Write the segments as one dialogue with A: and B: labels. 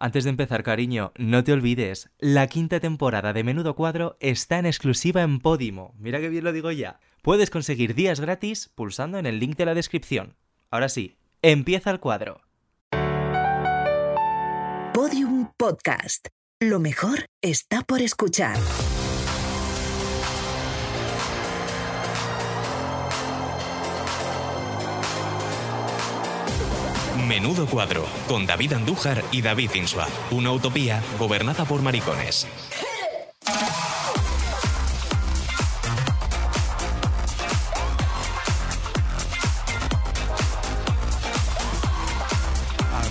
A: Antes de empezar, cariño, no te olvides, la quinta temporada de Menudo Cuadro está en exclusiva en Podimo. Mira que bien lo digo ya. Puedes conseguir días gratis pulsando en el link de la descripción. Ahora sí, empieza el cuadro.
B: Podium Podcast. Lo mejor está por escuchar.
C: Menudo cuadro, con David Andújar y David Insua. Una utopía gobernada por maricones.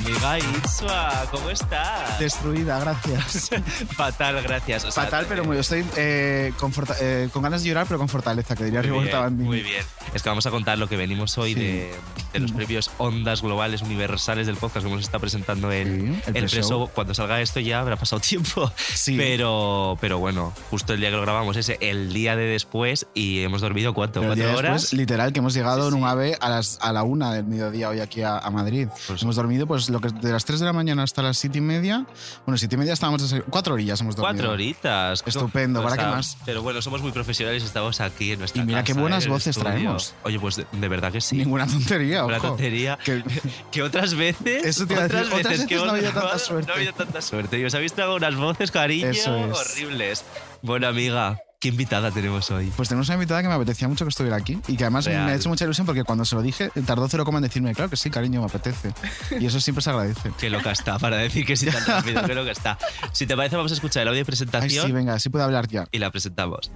A: Amiga Itzua, ¿cómo estás?
D: Destruida, gracias.
A: Fatal, gracias. O sea,
D: Fatal,
A: te-
D: pero muy. Estoy eh, con, forta- eh, con ganas de llorar, pero con fortaleza, que diría
A: Muy
D: Rigoberta
A: bien,
D: Bandini.
A: muy bien. Es que vamos a contar lo que venimos hoy
D: Sí.
A: de, de los previos Ondas Globales Universales del podcast que hemos estado presentando el,
D: Sí, el
A: el
D: pre-show.
A: preso. Cuando salga esto ya habrá pasado tiempo.
D: Sí.
A: Pero, pero bueno, justo el día que lo grabamos es el día de después y hemos dormido cuánto,
D: Pero el
A: cuatro
D: día después,
A: horas.
D: literal, que hemos llegado
A: Sí,
D: en un
A: sí.
D: AVE a, las, a la una del mediodía hoy aquí a, a Madrid.
A: Pues-
D: hemos dormido pues lo que de las 3 de la mañana hasta las 7 y media. Bueno, 7 y media estábamos... desay- Cuatro orillas hemos dormido.
A: Cuatro horitas. Pues
D: Estupendo, ¿para qué más?
A: Pero bueno, somos muy profesionales, estamos aquí en nuestra
D: Y mira qué
A: casa, ¿eh?
D: buenas
A: en el
D: voces
A: estudio.
D: traemos.
A: Oye, pues de, de verdad que sí.
D: Ninguna tontería,
A: Una
D: ojo.
A: tontería.
D: Que-
A: Que otras veces.
D: Eso te iba a decir,
A: Otras
D: otras
A: veces, que
D: veces no
A: hemos
D: había tanta
A: grabado,
D: suerte.
A: No había tanta suerte. Y os habéis tragado unas voces, cariño,
D: Eso es.
A: horribles. Bueno, amiga, ¿qué invitada tenemos hoy?
D: Pues tenemos una invitada que me apetecía mucho que estuviera aquí y que además
A: Real.
D: me ha hecho mucha ilusión porque cuando se lo dije tardó cero coma en decirme, claro que sí, cariño, me apetece. Y eso siempre se agradece.
A: Qué loca está, para decir que sí tan rápido, qué loca está. Si te parece, vamos a escuchar el audio de
D: Ay,
A: presentación
D: sí, venga, sí puedo hablar ya.
A: y la presentamos.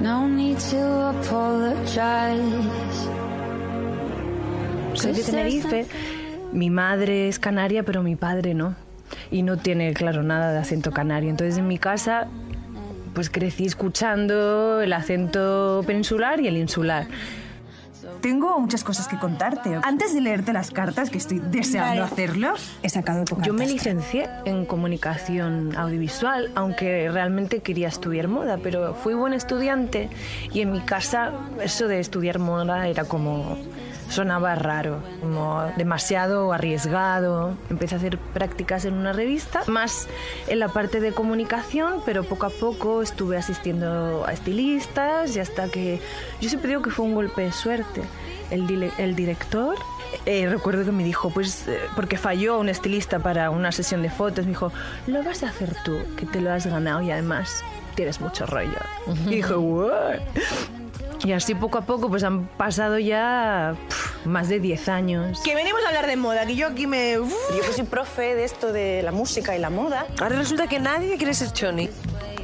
E: No need to apologize.
F: O sea, yo Tenerife, mi madre es canaria, pero mi padre no. Y no tiene, claro, nada de acento canario. Entonces en mi casa, pues crecí escuchando el acento peninsular y el insular.
G: Tengo muchas cosas que contarte. Antes de leerte las cartas, que estoy deseando hacerlo, he sacado
F: Yo me licencié en comunicación audiovisual, aunque realmente quería estudiar moda, pero fui buen estudiante y en mi casa eso de estudiar moda era como sonaba raro, como demasiado arriesgado. Empecé a hacer prácticas en una revista, más en la parte de comunicación, pero poco a poco estuve asistiendo a estilistas y hasta que yo siempre digo que fue un golpe de suerte. El, dile- el director eh, recuerdo que me dijo, pues, eh, porque falló un estilista para una sesión de fotos, me dijo, lo vas a hacer tú, que te lo has ganado y además tienes mucho rollo. Y dije, "What?". Y así poco a poco, pues han pasado ya pf, más de 10 años.
H: Que venimos a hablar de moda, que yo aquí me...
I: Yo que soy profe de esto de la música y la moda.
H: Ahora resulta que nadie quiere ser choni.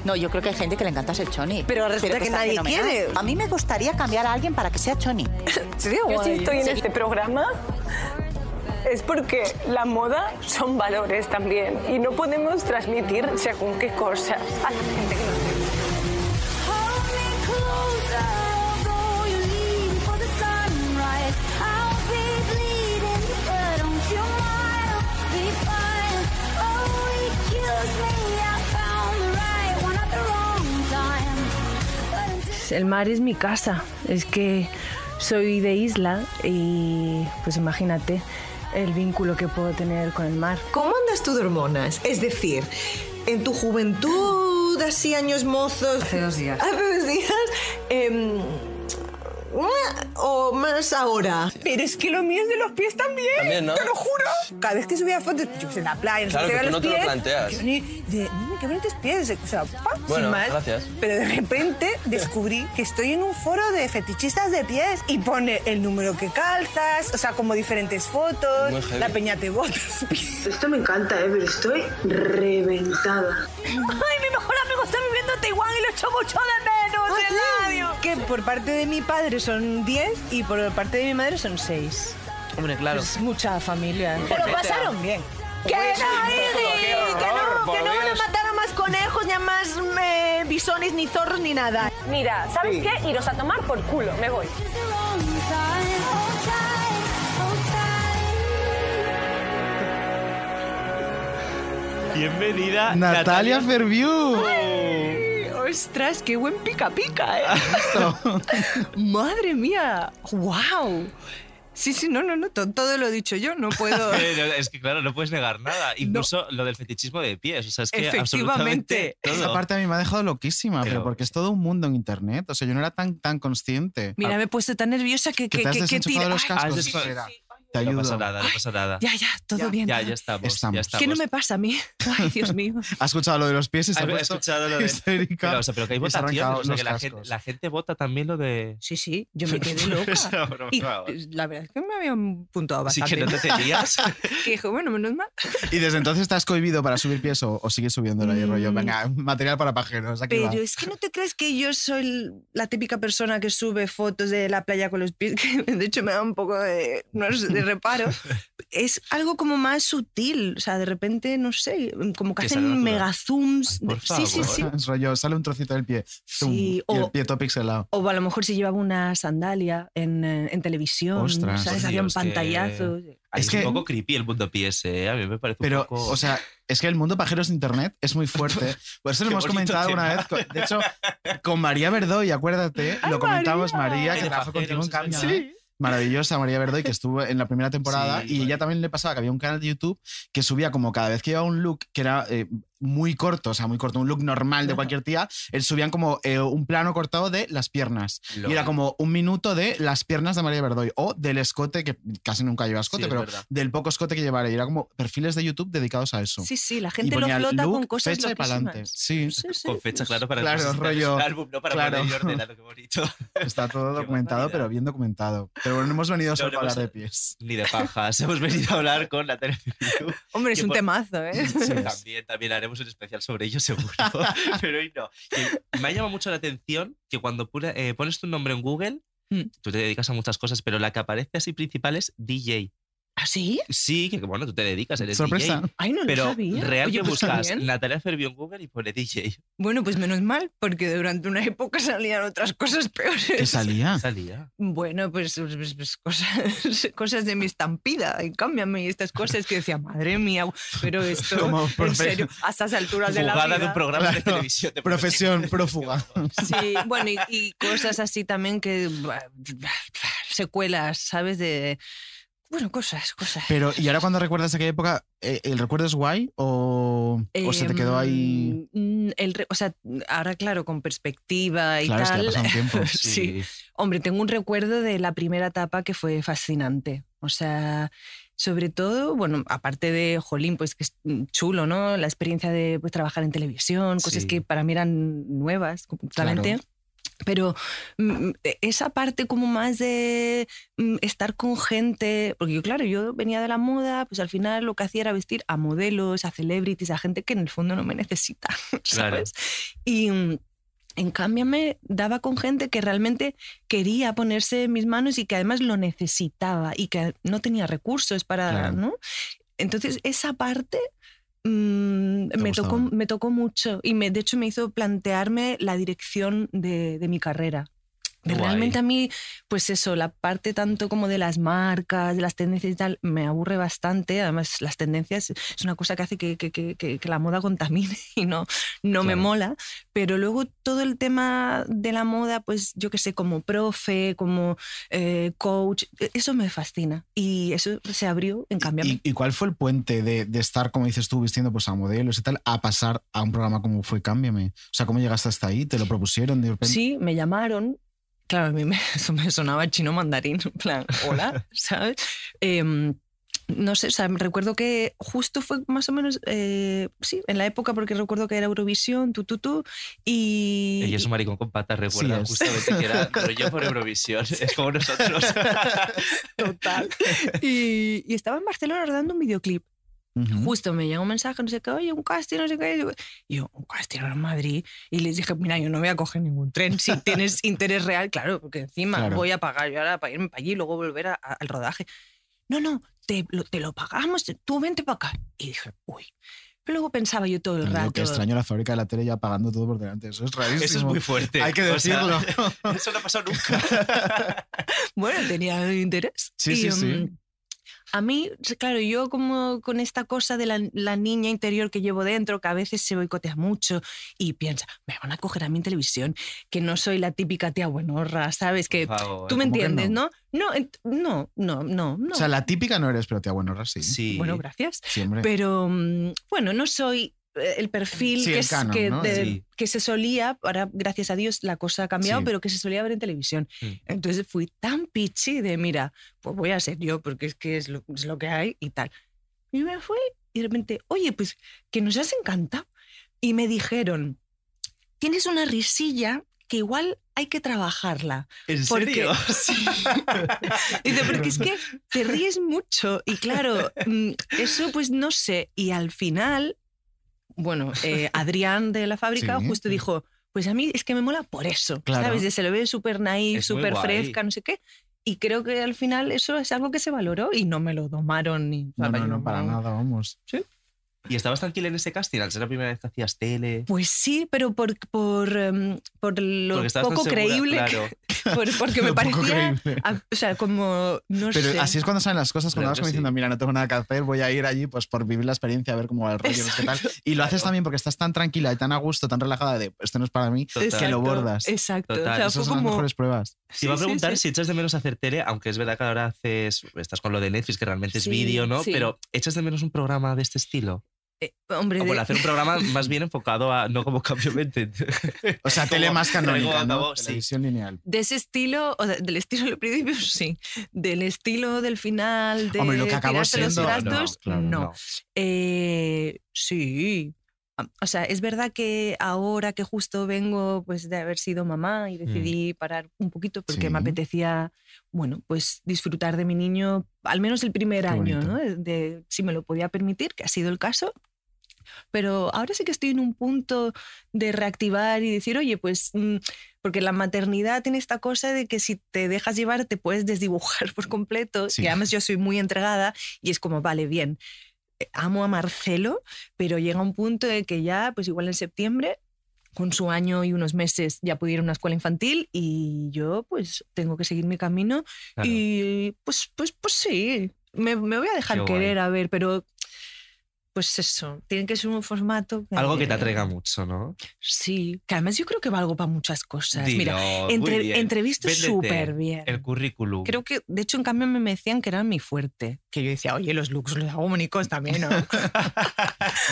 J: No, yo creo que hay gente que le encanta ser choni.
H: Pero resulta que
J: está
H: nadie quiere.
J: A mí me gustaría cambiar a alguien para que sea choni.
H: Sería
I: Yo si estoy en este programa es porque la moda son valores también y no podemos transmitir según qué cosa a la gente que nos ve.
E: Oh,
F: El mar es mi casa, es que soy de isla y pues imagínate el vínculo que puedo tener con el mar.
H: ¿Cómo andas tú de hormonas? Es decir, en tu juventud, así años mozos...
G: Hace dos días.
H: Hace dos días... em, o más ahora. Pero es que lo mío es de los pies también.
K: También, ¿no?
H: Te lo juro. Cada vez que subía fotos, yo que sé, en la playa,
K: Claro,
H: se
K: que
H: vean
K: tú
H: los
K: no te lo
H: pies,
K: planteas.
H: yo ni- de, "Mm, qué bonitos pies. O sea, pa,
K: Bueno,
H: sin más.
K: gracias.
H: Pero de repente descubrí que estoy en un foro de fetichistas de pies y pone el número que calzas, o sea, como diferentes
K: Muy
H: fotos,
K: heavy.
H: la peña te bota los pies.
I: Esto me encanta, ¿eh? pero estoy reventada.
H: Ay, mi mejor amigo está viviendo en Taiwán y lo echo mucho de menos, Ah, Que por parte de mi padre son 10 y por parte de mi madre son 6.
K: Hombre, claro.
H: mucha familia. Pero pasaron bien. ¡Que no, Iggy!
K: ¡Qué
H: ¡Que
K: horror,
H: no!
K: Pues por
H: ¡Que no van a
K: Dios!
H: matar a más conejos, ni a más eh, bisones, ni zorros, ni nada!
I: Mira, ¿sabes qué? Iros a tomar por culo, me voy.
A: Bienvenida,
D: Natalia, Ferviu.
F: ¡Ostras, qué
K: Ah,
F: buen pica pica, eh! ¡Madre mía! ¡Wow! Sí, sí, no, no, no, to- todo lo he dicho yo, no puedo...
A: Eh, no, es que claro, no puedes negar nada. Incluso lo del fetichismo de pies. O sea, es que
F: Efectivamente.
A: absolutamente todo.
D: Esa parte a mí me ha dejado loquísima, pero,
A: Pero-
D: porque es todo un mundo en internet. O sea, yo no era tan, tan consciente.
F: Mira, me he puesto tan nerviosa que...
D: que
F: que,
D: te has
F: que- que
D: desenchufado
F: tira-
D: los
F: Ay,
D: cascos.
F: sí, sí,
D: espera.
F: sí.
D: Te ayudo.
A: No pasa nada, no pasa nada.
F: Ya, ya, todo bien.
A: Ya, ya estamos. Ya estamos.
F: ¿Qué no me pasa a mí? Ay, Dios mío.
D: ¿Has escuchado lo de los pies? y se ha
A: He
D: puesto
A: escuchado lo de.
D: histérica
A: Pero, o sea, pero que hay
D: y se ha
A: votaciones.
D: arrancado
A: o sea, que
D: los
A: la gente,
D: cascos.
A: la gente vota también lo de.
F: Sí, sí, yo me quedé loca. Y eh, la verdad es que me habían puntuado
A: Sí,
F: bastante.
A: que no te tenías.
F: que dije, bueno, menos mal.
D: Y desde entonces estás cohibido para subir pies o, o sigues subiéndolo ahí, rollo. Venga, material para pajeros. Aquí
F: Mm. Pero
D: va.
F: es que no te crees que yo soy l- la típica persona que sube fotos de la playa con los pies, que de hecho me da un poco de, no sé, de reparo. es algo como más sutil, o sea, de repente, no sé, como que
D: Que salga
F: hacen
D: natural.
F: mega
A: Ah,
F: zooms. de- sí, sí, sí.
D: Es rollo, sale un trocito del pie. zum,
F: Sí,
D: y el
F: o-
D: pie todo pixelado.
F: O a lo mejor si llevaba una sandalia en, eh, en televisión,
D: Ostras.
F: ¿sabes?
D: Por
F: Habían
D: Dios, que-
F: pantallazos.
A: Ahí
D: Es
A: Es,
D: que-
A: un poco creepy el mundo pies, eh. A mí me parece
D: Pero,
A: un poco.
D: o sea, es que el mundo pajeros de internet es muy fuerte. Por eso lo
A: Qué
D: hemos
A: bonito
D: comentado
A: tema.
D: una vez. con- de hecho, con María Verdoy, acuérdate, lo comentamos, María, que
A: De
D: trabajó contigo en
A: pajeros,
D: Cambia.
A: es verdad.
D: Maravillosa María Verdoy, que estuvo en la primera temporada. y ella también le pasaba que había un canal de YouTube que subía como cada vez que iba un look que era eh, muy corto, o sea, muy corto, un look normal de cualquier tía, él subían como eh, un plano cortado de las piernas.
A: Lo-
D: Y era como un minuto de las piernas de María Verdoy o del escote, que casi nunca lleva escote,
A: es
D: pero
A: verdad.
D: del poco escote que llevara. Y era como perfiles de YouTube dedicados a eso.
F: Sí, sí, la
D: Y
F: gente lo
D: ponía
F: flota
D: look,
F: con cosas
D: fecha y pa'lante.
F: loquísimas.
D: Sí.
A: Con fecha, claro, para
D: Claro,
A: después
D: rollo-
A: estar en el álbum, ¿no? Para
D: claro.
A: poner y ordenarlo, qué bonito.
D: Está todo documentado, pero bien documentado. Pero bueno, no hemos venido solo
A: no
D: a hablar
A: hemos-
D: de pies.
A: Ni de pajas. Hemos venido a hablar con la tele.
F: Hombre, es
A: Yo
F: un
A: por-
F: temazo, ¿eh?
A: También, también haremos un especial sobre ello seguro, pero hoy no. Y me ha llamado mucho la atención que cuando pone- eh, pones tu nombre en Google,
F: Mm.
A: tú te dedicas a muchas cosas, pero la que aparece así principal es DJ.
F: ¿Ah, sí?
A: Sí, que bueno, tú te dedicas, eres
D: Sorpresa.
A: DJ.
F: Ay, no lo
A: pero
F: sabía.
A: realmente
F: Oye, pues qué
A: buscas
F: bien.
A: Natalia Fervio en Google y pone DJ.
F: Bueno, pues menos mal, porque durante una época salían otras cosas
D: ¿Qué
F: peores.
D: salía?
A: Salía.
F: Bueno, pues, pues- pues cosas, cosas de mi estampida, y cámbiame y estas cosas que decía, madre mía, pero esto,
D: Como
F: en
D: profe-
F: serio, a estas alturas de la
A: Jugada
F: vida.
A: de un programa de
D: Claro.
A: televisión. de
D: Profesión prófuga.
F: Sí, bueno, y, y cosas así también que... secuelas, ¿sabes? De... Bueno, cosas, cosas.
D: Pero, ¿y ahora cuando recuerdas aquella época, eh, el recuerdo es guay o, o se te quedó ahí?
F: Em, mm, El, re- o sea, ahora claro, con perspectiva y
D: Claro, es que
F: Em, tal.
D: ha pasado un tiempo.
F: sí. Hombre, tengo un recuerdo de la primera etapa que fue fascinante. O sea, sobre todo, bueno, aparte de Jolín, pues que es mm, chulo, ¿no? La experiencia de pues, trabajar en televisión, cosas
L: Sí.
F: que para mí eran nuevas completamente.
L: Claro.
F: Pero mm, esa parte como más de mm, estar con gente, porque yo claro, yo venía de la moda, pues al final lo que hacía era vestir a modelos, a celebrities, a gente que en el fondo no me necesita,
L: Claro.
F: ¿sabes? Y mm, en cambio me daba con gente que realmente quería ponerse en mis manos y que además lo necesitaba y que no tenía recursos para,
L: Claro.
F: ¿no? Entonces esa parte mm,
L: ¿Te
F: me,
L: gustaba?
F: tocó, me tocó mucho y me, de hecho me hizo plantearme la dirección de, de mi carrera. De
L: Guay.
F: realmente a mí, pues eso, la parte tanto como de las marcas, de las tendencias y tal, me aburre bastante. Además, las tendencias es una cosa que hace que, que- que- que- que la moda contamine y no, no me mola. Pero luego todo el tema de la moda, pues yo qué sé, como profe, como eh, coach, eso me fascina. Y eso se abrió en cambio a mí.
D: ¿Y, y cuál fue el puente de, de estar, como dices tú, vistiendo pues, a modelos y tal, a pasar a un programa como fue Cámbiame? O sea, ¿cómo llegaste hasta ahí? ¿Te lo propusieron de repente?
F: Sí, me llamaron. Claro, a mí me, eso me sonaba chino mandarín, en plan, hola, ¿sabes? Em, no sé, o sea, recuerdo que justo fue más o menos, eh, sí, en la época, porque recuerdo que era Eurovisión, tú, tú, tú, y...
A: Ella es un maricón con patas, recuerda
D: es.
A: justamente que era rollo por Eurovisión. Es como nosotros.
F: Total. Y, y estaba en Barcelona rodando un videoclip. Justo me llega un mensaje, no sé qué, oye, un casting, no sé qué. Y yo, un casting ahora en Madrid. Y les dije, mira, yo no voy a coger ningún tren si tienes interés real, claro, porque encima
L: Claro.
F: voy a pagar yo ahora para irme para allí y luego volver a- a- al rodaje. No, no, te lo, te lo pagamos, tú vente para acá. Y dije, uy. Pero luego pensaba yo todo el
D: Digo,
F: rato.
D: que extraño la fábrica de la tele ya pagando todo por delante. Eso es rarísimo.
A: Eso es muy fuerte.
D: Hay que
A: O sea,
D: decirlo.
A: eso no ha pasado nunca.
F: Bueno, tenía interés.
D: Sí,
F: Y,
D: sí, sí.
F: mm, a mí, claro, yo como con esta cosa de la, la niña interior que llevo dentro, que a veces se boicotea mucho y piensa, me van a coger a mí en televisión, que no soy la típica tía buenorra, ¿sabes? Que
D: Por favor,
F: Eh, tú me
D: ¿cómo que
F: entiendes, no? No, ent- no, no, no, no.
D: O sea, la típica no eres, pero tía, bueno, ahora sí. Sí.
F: Bueno, gracias.
D: Siempre.
F: Pero mm, bueno, no soy eh, el perfil
D: Sí,
F: que,
D: el
F: es-
D: canon,
F: que,
D: ¿no?
F: de-
D: Sí.
F: que se solía, ahora gracias a Dios la cosa ha cambiado,
D: Sí.
F: pero que se solía ver en televisión.
D: Mm.
F: Entonces fui tan pichi de, mira, pues voy a ser yo porque es que es lo, es lo que hay y tal. Y me fui y de repente, oye, pues que nos has encantado. Y me dijeron, tienes una risilla que igual hay que trabajarla.
A: ¿En
F: Porque-
A: serio?
F: Sí. Dice, porque es que te ríes mucho. Y claro, mm, eso pues no sé. Y al final, bueno, eh, Adrián de la fábrica
L: Sí.
F: justo dijo, pues a mí es que me mola por eso.
L: Claro.
F: ¿Sabes? Se lo ve súper naif,
L: Es muy
F: súper
L: guay.
F: fresca, no sé qué. Y creo que al final eso es algo que se valoró y no me lo domaron ni
D: No, no, no, para nada, vamos.
F: Sí.
A: ¿Y estabas tranquila en ese casting? Al ser la primera vez que hacías tele.
F: Pues sí, pero por, por, em, por lo
A: Porque estabas tan
F: poco
A: segura,
F: creíble,
A: claro.
F: que- por- porque me
D: Lo poco
F: parecía,
D: creíble.
F: a- o sea, como, no
D: Pero
F: sé.
D: así es cuando salen las cosas, cuando
F: Claro
D: vas
F: que
D: como diciendo, mira, no tengo nada que hacer, voy a ir allí pues por vivir la experiencia, a ver cómo va el rollo, no sé qué tal.
F: Exacto.
D: Y lo haces también porque estás tan tranquila y tan a gusto, tan relajada de, esto no es para mí, que
A: Total.
D: lo bordas.
F: Exacto.
A: Total. O sea,
D: Esas
A: fue
D: son las
A: como-
D: mejores pruebas.
A: Te iba a preguntar si echas de menos hacer tele, aunque es verdad que ahora haces, estás con lo de Netflix, que realmente es
F: Sí,
A: vídeo, ¿no?
F: sí.
A: Pero ¿echas de menos un programa de este estilo?
F: Eh, hombre,
A: O
F: de-
A: bueno, hacer un programa más bien enfocado a, no como cambio mente.
D: O sea, tele más canónica,
A: Luego
D: ¿no?
A: acabó, sí.
D: Televisión lineal.
F: de ese estilo, o de- del estilo del principio, sí. Del estilo del final, de
D: Hombre, lo que acabó
F: tirarse los
D: siendo- no,
F: trastos,
D: claro,
F: no.
D: no.
F: Eh, sí. Am- O sea, es verdad que ahora que justo vengo pues de haber sido mamá
D: Mm.
F: y decidí parar un poquito porque me apetecía, bueno, pues disfrutar de mi niño al menos el primer año, ¿no? De- si me lo podía permitir, que ha sido el caso, pero ahora sí que estoy en un punto de reactivar y decir, oye, pues, mm, porque la maternidad tiene esta cosa de que si te dejas llevar te puedes desdibujar por completo, y además yo soy muy entregada y es como, vale, bien, eh, amo a Marcelo, pero llega un punto de que ya, pues igual en septiembre con su año y unos meses ya pude ir a una escuela infantil y yo pues tengo que seguir mi camino
A: Claro.
F: y pues pues pues sí, me, me voy a dejar
A: Qué guay.
F: querer a ver, pero pues eso, tiene que ser un formato
A: Algo que te atraiga mucho, ¿no?
F: Sí, que además yo creo que valgo para muchas cosas.
A: Dilo,
F: Mira,
A: muy
F: entre-
A: bien.
F: entrevisto
A: Véndete
F: súper bien.
A: El currículum.
F: Creo que, de hecho, en cambio me decían que era mi fuerte. Que yo decía, oye, los looks los hago monicos también, ¿no?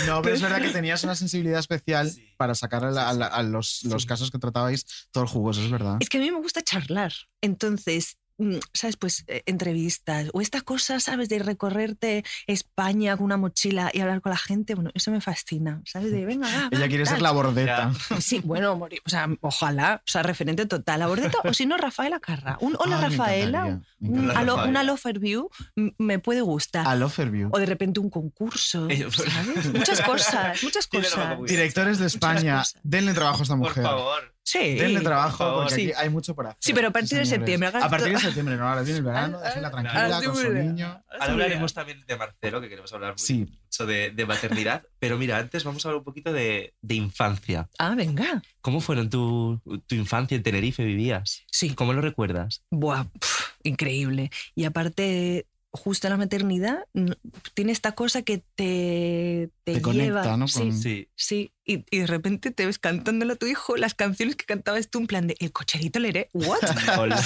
D: No, pero es verdad que tenías una sensibilidad especial para sacar a, la- a la- a los, los casos que tratabais todos jugosos, es verdad.
F: Es que a mí me gusta charlar. Entonces, mm, ¿sabes? Pues eh, entrevistas o esta cosa, ¿sabes? De recorrerte España con una mochila y hablar con la gente. Bueno, eso me fascina, ¿sabes? De venga, va,
D: Ella
F: va,
D: quiere ser
F: tal".
D: la bordeta.
F: Sí, bueno, morir. O sea, ojalá, o sea, referente total a Bordeta, o si no, Rafaela Carra. Un hola,
D: Ah, me
F: Rafaela, Mm,
D: encantaría, me
F: un
D: encantaría.
F: alo-
D: Rafaela.
F: una Lofer View m- me puede gustar.
D: A Loferview.
F: O de repente un concurso. ¿sabes? Muchas cosas, muchas cosas.
D: Directores de España, denle trabajo a esta mujer. Por favor.
F: Sí.
D: Denle trabajo
F: Por favor.
D: porque
F: Sí.
D: aquí hay mucho por hacer.
F: Sí, pero a partir de
D: señores.
F: septiembre, hagan
D: A partir de
F: todo-
D: septiembre, no, ahora viene el verano, déjenla tranquila
F: ahora
D: con
F: sí,
D: su
F: muy bien.
D: niño.
A: Ahora hablaremos también de Marcelo, que queremos hablar muy- mucho de, de maternidad. Pero mira, antes vamos a hablar un poquito de, de infancia.
F: Ah, venga.
A: ¿Cómo fueron tu, tu infancia en Tenerife? ¿Vivías?
F: Sí.
A: ¿Cómo lo recuerdas?
F: Buah, pf, increíble. Y aparte, justo la maternidad n- tiene esta cosa que te, te,
D: Te conecta,
F: lleva.
D: ¿no?
F: Sí,
D: Con-
F: sí. Y, y de repente te ves cantándole a tu hijo las canciones que cantabas tú, en plan de El cocherito leeré, ¿what?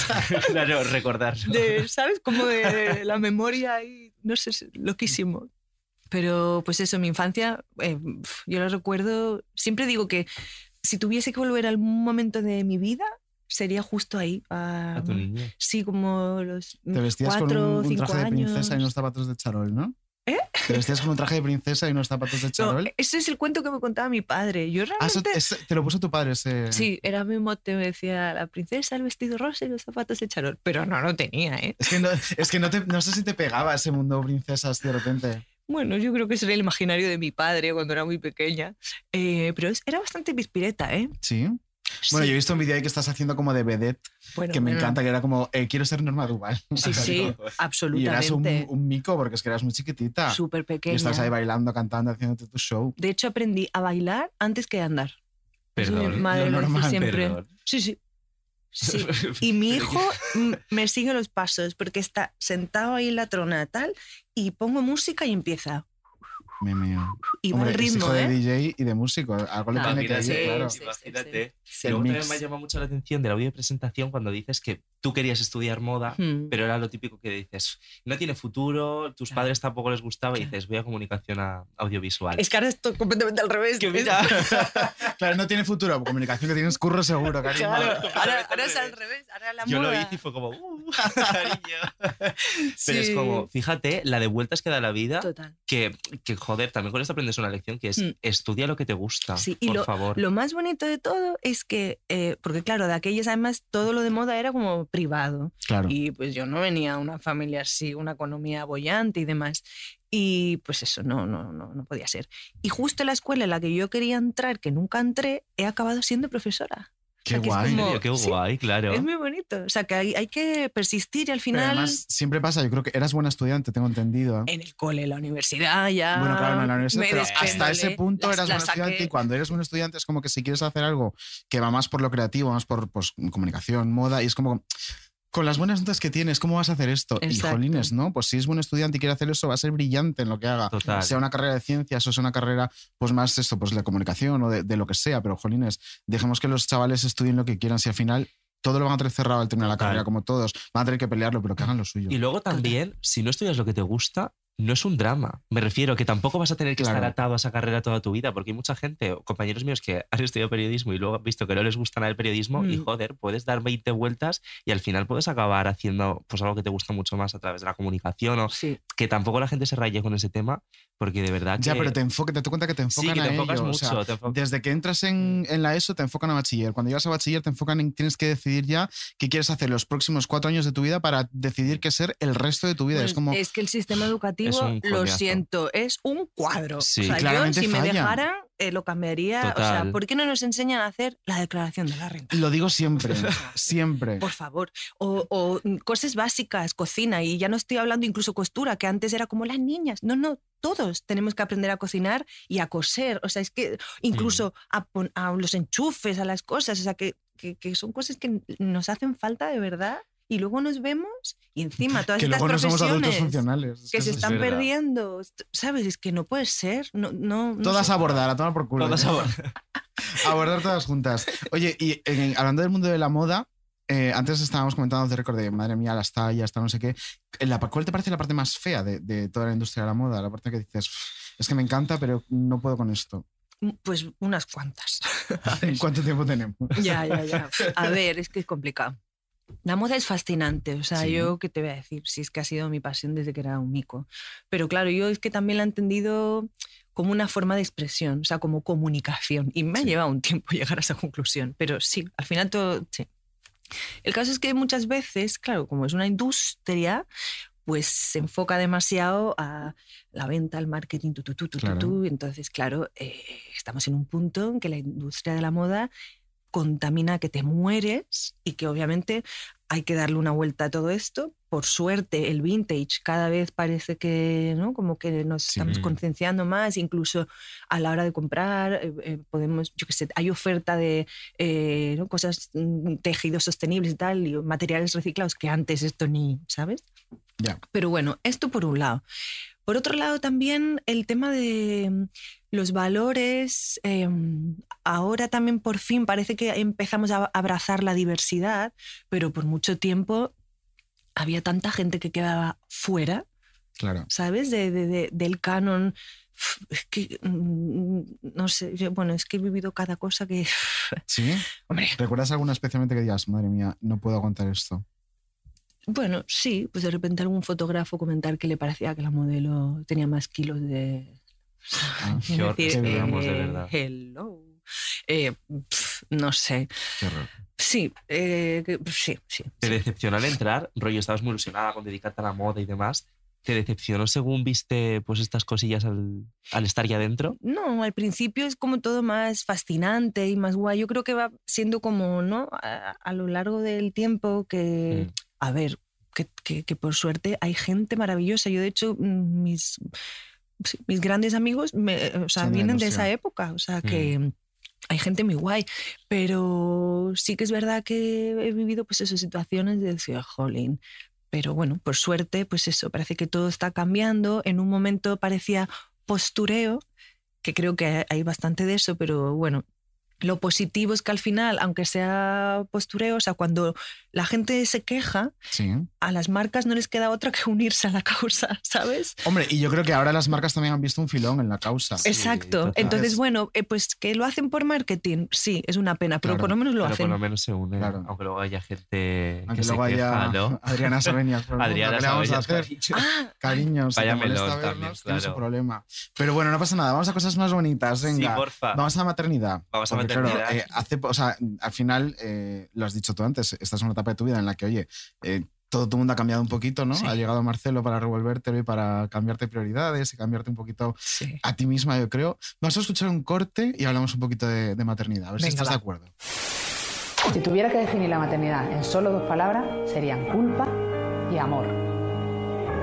A: claro, recordar.
F: De, ¿Sabes? Como de la memoria y no sé, es loquísimo. Pero pues eso, mi infancia, eh, pf, yo lo recuerdo, siempre digo que si tuviese que volver a algún momento de mi vida, sería justo ahí. A,
D: A tu niña.
F: Sí, como los
D: Te vestías con
F: Mm, cuatro,
D: un- un,
F: cinco
D: traje de
F: años.
D: princesa y unos zapatos de charol, ¿no? ¿Eh? Te vestías con un traje de princesa y unos zapatos de
F: No,
D: charol.
F: ese es el cuento que me contaba mi padre. Yo
D: Ah, eso-
F: realmente...
D: ese- te lo puso tu padre ese.
F: Sí, era mi mote, me decía la princesa, el vestido rosa y los zapatos de charol. Pero no lo tenía, ¿eh?
D: Es que, no, es que no, te- no sé si te pegaba ese mundo princesas de repente.
F: Bueno, yo creo que sería el imaginario de mi padre cuando era muy pequeña. Eh, pero es- era bastante pispireta, ¿eh?
D: Sí. Bueno, yo he visto un vídeo ahí que estás haciendo como de vedette,
F: Bueno,
D: que me
F: bueno.
D: encanta, que era como, eh, quiero ser Norma Duval.
F: Sí, sí,
D: Y eras un,
F: absolutamente.
D: un mico porque es que eras muy chiquitita.
F: Súper pequeña.
D: Y estabas ahí bailando, cantando, haciéndote tu show.
F: De hecho, aprendí a bailar antes que a andar. Eso mi madre
D: Lo
F: lo dice
D: normal.
F: siempre.
D: Perdón.
F: Sí, sí. Sí. Y mi hijo mm, me sigue los pasos porque está sentado ahí en la trona tal y pongo música y empieza.
D: Me meo.
F: Y va
D: Hombre,
F: el
D: es
F: ritmo,
D: hijo de
F: ¿eh?
D: DJ y de músico. Algo le
A: Ah,
D: tiene que
A: mira,
D: ir,
A: sí,
D: claro.
A: sí, imagínate.
D: sí.
A: Y luego
D: El
A: también
D: mix.
A: me ha llamado mucho la atención del audio de presentación cuando dices que tú querías estudiar moda,
F: Hmm.
A: pero era lo típico que dices, no tiene futuro, tus padres tampoco les gustaba y dices, voy a comunicación a audiovisual.
F: Es que ahora esto completamente al revés.
D: Claro, no tiene futuro. Comunicación que tienes curro seguro, cariño.
F: Claro, ahora, ahora es al revés. Ahora la
A: Yo lo
F: moda.
A: hice y fue como, "Uh, cariño". Pero es
F: Sí.
A: como, fíjate, la de vueltas que da la vida,
F: Total.
A: que, que, joder, también con esto aprendes una lección que es,
F: Hmm.
A: estudia lo que te gusta,
F: Sí, y
A: por
F: lo,
A: favor.
F: lo más bonito de todo es que, eh, porque claro, de aquellas además todo lo de moda era como privado.
D: Claro.
F: Y pues yo no venía de una familia así, una economía bollante y demás. Y pues eso, no, no, no, no podía ser. Y justo en la escuela en la que yo quería entrar, que nunca entré, he acabado siendo profesora.
D: Qué
F: O sea, que es
D: guay.
F: como-
A: Qué
F: sí,
A: guay, claro.
F: Es muy bonito. O sea, que hay, hay que persistir y al
D: Pero
F: final
D: además, siempre pasa. Yo creo que eras buena estudiante, tengo entendido.
F: en el cole, la universidad ya.
D: Bueno, claro, no, en la universidad,
F: me
D: pero hasta
F: despertolé,
D: ese punto
F: las-
D: eras
F: las
D: buen estudiante
F: saqué.
D: y cuando eres un estudiante es como que si quieres hacer algo que va más por lo creativo, más por pues, comunicación, moda, y es como... Con las buenas notas que tienes, ¿cómo vas a hacer esto? Y
F: Exacto.
D: jolines, ¿no? Pues si es buen estudiante y quiere hacer eso, va a ser brillante en lo que haga.
A: Total.
D: Sea una carrera de ciencias o sea una carrera, pues más esto, pues de comunicación o de, de lo que sea. Pero jolines, dejemos que los chavales estudien lo que quieran. Si al final todo lo van a tener cerrado al terminar la
A: Total.
D: carrera, como todos, van a tener que pelearlo, pero que hagan lo suyo.
A: Y luego también, si no estudias lo que te gusta, no es un drama. Me refiero que tampoco vas a tener que estar
D: Claro.
A: atado a esa carrera toda tu vida, porque hay mucha gente, o compañeros míos, que han estudiado periodismo y luego han visto que no les gusta nada el periodismo y
F: Mm.
A: joder, puedes dar 20 vueltas y al final puedes acabar haciendo pues algo que te gusta mucho más a través de la comunicación o
F: Sí.
A: que tampoco la gente se raye con ese tema, porque de verdad
D: Ya,
A: que-
D: pero te enfoca, te das cuenta que te
A: Sí,
D: enfocan
A: que
D: a
A: te enfocas
D: ello, o sea,
A: mucho. te enfocas-
D: Desde que entras
F: Mm.
D: en, en la ESO te enfocan a bachiller. Cuando llegas a bachiller te enfocan en tienes que decidir ya qué quieres hacer los próximos cuatro años de tu vida para decidir qué ser el resto de tu vida.
F: Pues
D: es como
F: es que el sistema
A: Es
F: educativo,
A: un
F: lo
A: coñazo.
F: siento, es un cuadro.
A: Sí.
F: o sea, yo,
D: Claramente
F: si me
D: falla.
F: dejaran, eh, lo cambiaría. O
A: Total.
F: sea, ¿por qué no nos enseñan a hacer la declaración de la renta?
D: lo digo siempre, siempre.
F: Por favor. O, o, mm, cosas básicas, cocina. Y ya no estoy hablando incluso costura, que antes era como las niñas. No, no, todos tenemos que aprender a cocinar y a coser. O sea, es que incluso a, pon- a los enchufes, a las cosas. O sea, que, que, que son cosas que nos hacen falta de verdad. Y luego nos vemos y encima todas
D: Que
F: estas
D: luego no somos adultos
F: profesiones
D: funcionales. Es
F: que se
D: es-
F: están
A: verdad.
F: perdiendo. Est- ¿Sabes? Es que no puede ser. No, no, no
D: Todas
F: sé.
D: a abordar, a tomar por culo.
A: Todas
D: ¿eh?
A: abor-
D: abordar todas juntas. Oye, y eh, hablando del mundo de la moda, eh, antes estábamos comentando de récord de madre mía, las tallas, tal, no sé qué. Eh, La, pa- ¿Cuál te parece la parte más fea de, de toda la industria de la moda? La parte que dices, es que me encanta, pero no puedo con esto.
F: Pues unas cuantas.
D: ¿En cuánto tiempo tenemos?
F: Ya, ya, ya. A ver, es que es complicado. La moda es fascinante, o sea,
D: Sí.
F: yo qué te voy a decir, si es que ha sido mi pasión desde que era un mico. Pero claro, yo es que también la he entendido como una forma de expresión, o sea, como comunicación. Y me ha llevado un tiempo llegar a esa conclusión, pero sí, al final todo, sí. El caso es que muchas veces, claro, como es una industria, pues se enfoca demasiado a la venta, al marketing, tu, tu, tu, tu, tu,
D: Claro.
F: tu. Entonces, claro, eh, estamos en un punto en que la industria de la moda contamina que te mueres y que obviamente hay que darle una vuelta a todo esto. Por suerte, el vintage cada vez parece que, ¿no? Como que nos estamos concienciando más, incluso a la hora de comprar, eh, eh, podemos, yo qué sé, hay oferta de eh, ¿no? cosas, mm, tejidos sostenibles y tal, y materiales reciclados que antes esto ni, ¿sabes?
D: Ya.
F: Pero bueno, esto por un lado. Por otro lado, también el tema de mm, los valores. eh, ahora también por fin parece que empezamos a abrazar la diversidad, pero por mucho tiempo había tanta gente que quedaba fuera,
D: Claro.
F: ¿sabes? De, de- de- del canon. Es que, mm, no sé, yo- bueno, es que he vivido cada cosa que...
D: ¿Sí?
F: Hombre,
D: ¿Recuerdas alguna especialmente que digas, madre mía, no puedo aguantar esto?
F: Bueno, sí, pues de repente algún fotógrafo comentar que le parecía que la modelo tenía más kilos de...
D: Ah,
F: Es
A: George,
F: decir,
D: qué
A: digamos, de
F: eh,
A: verdad.
F: Hello. Eh, pf, no sé.
D: qué horror.
F: Sí, eh, que- sí, sí.
A: te decepcionó al entrar, rollo, estabas muy ilusionada con dedicarte a la moda y demás. ¿Te decepcionó según viste pues estas cosillas al, al estar ya dentro?
F: No, al principio es como todo más fascinante y más guay. Yo creo que va siendo como, ¿no? A, a lo largo del tiempo que, a ver, que, que- que por suerte hay gente maravillosa. Yo, de hecho, mm, mis, sí, mis grandes amigos me, eh, o
D: Son
F: sea,
D: de la
F: vienen de
D: industria.
F: esa época. O sea, que hay gente muy guay, pero sí que es verdad que he vivido pues esas situaciones de decir, jolín. Pero bueno, por suerte, pues eso, parece que todo está cambiando. En un momento parecía postureo, que creo que hay bastante de eso, pero bueno, lo positivo es que al final, aunque sea postureo, o sea, cuando la gente se queja,
D: Sí.
F: a las marcas no les queda otra que unirse a la causa, ¿sabes?
D: Hombre, y yo creo que ahora las marcas también han visto un filón en la causa.
F: Exacto. Entonces, bueno, eh, pues que lo hacen por marketing, sí, es una pena, pero
A: Claro.
F: por lo menos lo
A: Pero
F: hacen.
A: por lo menos se une, aunque luego haya gente
D: Aunque
A: que se
D: luego haya
A: queja, ¿no?
D: Adriana Sabeñas, por
A: Adriana
D: ejemplo, ¿qué le vamos a
A: Sabeñas,
D: hacer? Ah, Cariño, si te
A: Vaya
D: molesta
A: melón
D: vernos,
A: también,
D: tiene su
A: claro.
D: problema. Pero bueno, no pasa nada. Vamos a cosas más bonitas,
A: Sí,
D: venga.
A: porfa.
D: Vamos a maternidad.
A: Vamos a
D: Porque, claro,
A: maternidad.
D: eh, hace, po- o sea, al final, eh, lo has dicho tú antes, esta es una etapa de tu vida en la que, oye, eh, todo tu mundo ha cambiado un poquito, ¿no?
F: Sí.
D: Ha llegado Marcelo para revolvértelo y para cambiarte prioridades y cambiarte un poquito a ti misma, yo creo. Vamos a escuchar un corte y hablamos un poquito de, de maternidad, a ver si
L: Venga,
D: estás de
L: va.
D: acuerdo.
L: Si tuviera que definir la maternidad en solo dos palabras, serían culpa y amor.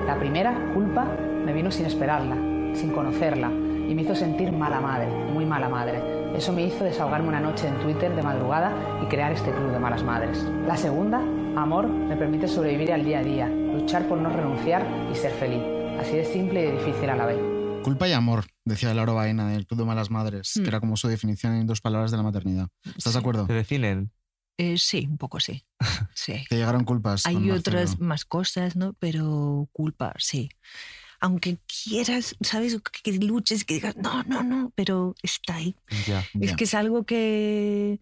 L: La primera, culpa, me vino sin esperarla, sin conocerla, y me hizo sentir mala madre, muy mala madre. Eso me hizo desahogarme una noche en Twitter de madrugada y crear este club de malas madres. La segunda, amor, me permite sobrevivir al día a día, luchar por no renunciar y ser feliz. Así de simple y de difícil a la vez.
D: Culpa y amor, decía Laura Baena del Club de Malas Madres,
F: Mm.
D: que era como su definición en dos palabras de la maternidad. ¿Estás de acuerdo?
A: ¿Te definen?
F: Eh, sí, un poco sí. sí.
D: Te llegaron culpas.
F: Hay
D: con
F: otras
D: Marcelo.
F: más cosas, ¿no? Pero culpa, sí. Aunque quieras, ¿sabes? Que, que luches, que digas, no, no, no, pero está ahí.
A: Ya.
F: Es que es algo que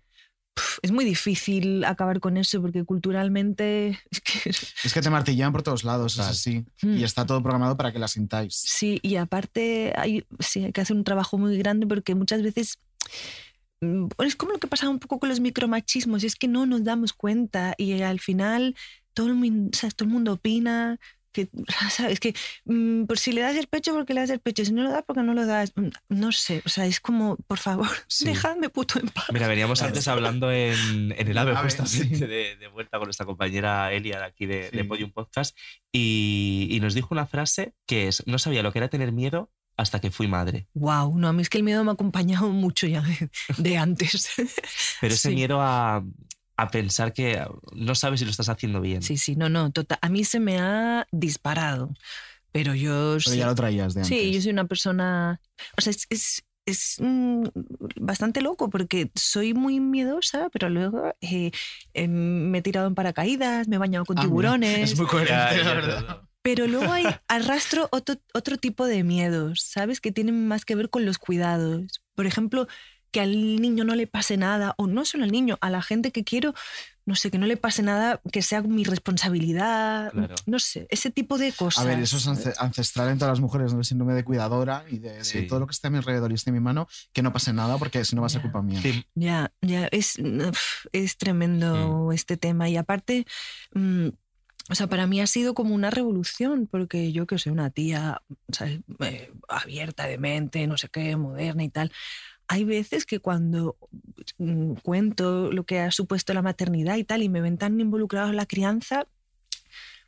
F: pf, es muy difícil acabar con eso porque culturalmente es que
D: Es que te martillan por todos lados, es así. Y está todo programado para que la sintáis.
F: Mm. Sí, y aparte hay, sí, hay que hacer un trabajo muy grande porque muchas veces mm, es como lo que pasa un poco con los micromachismos, es que no nos damos cuenta y eh, al final todo el, min- o sea, todo el mundo opina. Que, ¿sabes? que mm, por si le das el pecho porque le das el pecho, si no lo das porque no lo das, Mm, no sé, o sea, es como, por favor, dejadme puto en paz.
A: Mira, veníamos antes hablando en, en el AVE,
D: AVE,
A: justamente, de, de vuelta con nuestra compañera Elia de aquí de, de
D: Sí.
A: Podium Podcast, y, y nos dijo una frase que es, no sabía lo que era tener miedo hasta que fui madre.
F: Wow, no, a mí es que el miedo me ha acompañado mucho ya de, de antes.
A: Pero ese
F: Sí.
A: miedo a, a pensar que no sabes si lo estás haciendo bien.
F: Sí, sí, no, no, total. A mí se me ha disparado, pero yo...
D: Pero
F: sí-
D: ya lo traías de antes.
F: Sí, yo soy una persona... O sea, es, es, es, mm, bastante loco porque soy muy miedosa, pero luego eh, em, me he tirado en paracaídas, me he bañado con
D: Ah, mira,
F: tiburones.
D: Es muy coherente,
A: Ya,
D: la
A: ya,
D: verdad.
F: Pero luego hay, arrastro otro, otro tipo de miedos, ¿sabes? Que tienen más que ver con los cuidados. Por ejemplo, que al niño no le pase nada, o no solo al niño, a la gente que quiero, no sé, que no le pase nada, que sea mi responsabilidad,
D: Claro.
F: no sé, ese tipo de cosas.
D: A ver, eso es
F: eh.
D: ance- ancestral en todas las mujeres, ¿no? el síndrome de cuidadora y de, de
A: Sí.
D: todo lo que esté a mi alrededor y esté en mi mano, que no pase nada porque si no va a ser culpa mía.
A: Sí.
F: Ya, ya, es, mm, uf, es tremendo este tema. Y aparte, mm, o sea, para mí ha sido como una revolución, porque yo que soy una tía ¿sabes? Eh, abierta de mente, no sé qué, moderna y tal. Hay veces que cuando mm, cuento lo que ha supuesto la maternidad y tal, y me ven tan involucrados en la crianza,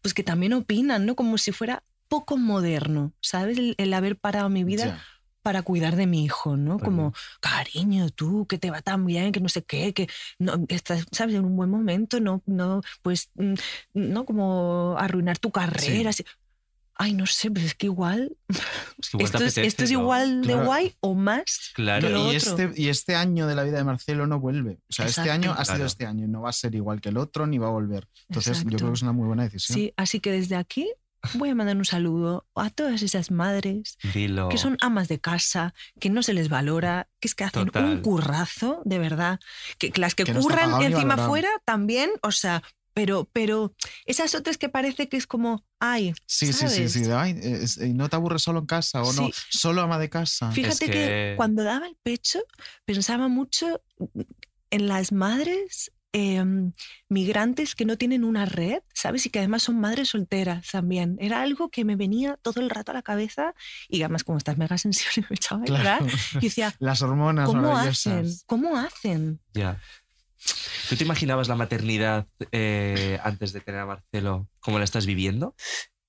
F: pues que también opinan, ¿no? Como si fuera poco moderno, ¿sabes? El, el haber parado mi vida
D: Ya.
F: para cuidar de mi hijo, ¿no? Como, cariño, tú, que te va tan bien, que no sé qué, que no, estás, ¿sabes? En un buen momento, no, no, pues, mm, no como arruinar tu carrera. así. Ay, no sé, pero es que igual,
A: que igual te
F: esto, es,
A: apetece,
F: esto es
A: ¿no?
F: igual de
D: Claro.
F: guay o más.
A: Claro.
F: que lo
D: y,
F: otro.
D: este, y este año de la vida de Marcelo no vuelve. O sea, este
F: Exacto.
D: año ha sido
A: Claro.
D: este año, no va a ser igual que el otro ni va a volver. Entonces, yo
F: Exacto.
D: creo que es una muy buena decisión.
F: Sí, así que desde aquí voy a mandar un saludo a todas esas madres
A: Dilo.
F: que son amas de casa, que no se les valora, que es que hacen
A: Total.
F: un currazo, de verdad, que que las que,
A: Que no está
F: curran
A: pagado ni
F: encima
A: valorado.
F: fuera también, o sea, pero, pero esas otras que parece que es como, ay,
D: Sí, sí, sí,
F: ¿sabes?
D: sí. de, "Ay, es- eh, no te aburres solo en casa o no,
F: Sí.
D: solo ama de
A: Ah,
D: casa.
F: Fíjate que... cuando daba el pecho pensaba mucho en las madres eh, migrantes que no tienen una red, ¿sabes? Y que además son madres solteras también. Era algo que me venía todo el rato a la cabeza y además como estás mega sensible me echaba a llorar.
D: Claro.
F: Y decía,
D: Las hormonas
F: ¿cómo hacen?
D: maravillosas.
F: ¿Cómo hacen?
A: Ya. ¿Tú te imaginabas la maternidad eh, antes de tener a Marcelo como la estás viviendo?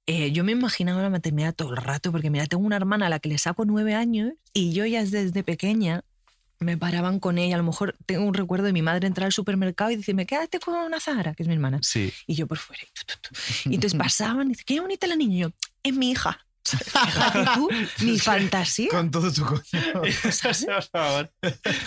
F: Eh, yo me imaginaba la maternidad todo el rato, porque mira, tengo una hermana a la que le saco nueve años y yo ya desde pequeña me paraban con ella. A lo mejor tengo un recuerdo de mi madre entrar al supermercado y decirme, quédate con una Zahara, que es mi hermana.
C: Sí.
F: Y yo por fuera. y tu, tu, tu. Y entonces pasaban y dice, qué bonita la niña. Y yo, es mi hija. Fíjate tú, mi fantasía.
D: Con todo tu coño.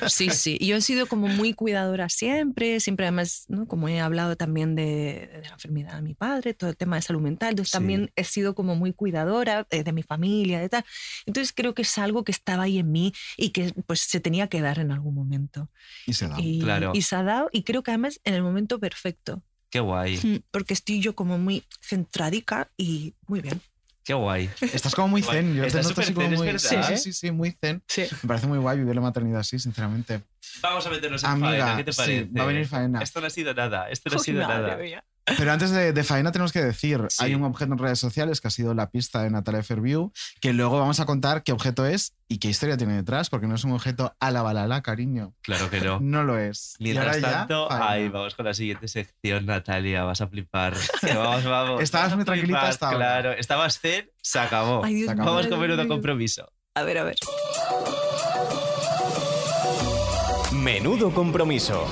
F: Sí, sí. Y Yo he sido como muy cuidadora siempre, siempre además, ¿no? como he hablado también de, de la enfermedad de mi padre, todo el tema de salud mental, entonces también he sido como muy cuidadora eh, de mi familia, de tal. Entonces creo que es algo que estaba ahí en mí y que pues se tenía que dar en algún momento.
D: Y se
C: Ah,
D: da.
F: Y, y se ha dado y creo que además en el momento perfecto,
C: Qué guay.
F: Mm, porque estoy yo como muy centradica y muy bien.
C: Qué guy.
D: Estás como muy zen. Yo
C: Estás
D: te noto así
C: súper
D: como
C: zen, es
D: muy-
C: verdad.
D: Sí, sí, sí, sí, muy zen. Me parece muy guay vivir la maternidad así, sinceramente.
C: Vamos a meternos en
D: Amiga,
C: faena, ¿qué te
D: sí,
C: parece?
D: va a venir faena.
C: Esto no ha sido nada, esto no ha
D: Uy,
C: sido
D: madre
C: nada.
D: Pero antes de, de faena tenemos que decir, hay un objeto en redes sociales que ha sido la pista de Natalia Fairview, que luego vamos a contar qué objeto es y qué historia tiene detrás, porque no es un objeto a la balala, cariño.
C: Claro que no.
D: No lo es.
C: Oh.
D: Y
C: Mientras
D: ahora ya,
C: tanto,
D: faena.
C: ay, vamos con la siguiente sección, Natalia, vas a flipar. Vamos, vamos.
D: Estabas
C: vas a
D: muy tranquilita
C: flipar,
D: hasta ahora.
C: Claro, estabas zen, se acabó.
F: Ay, Dios
C: Se
F: mío,
C: acabó. vamos
F: Dios
C: con menudo
F: mío.
C: compromiso.
F: A ver, a ver.
M: Menudo compromiso.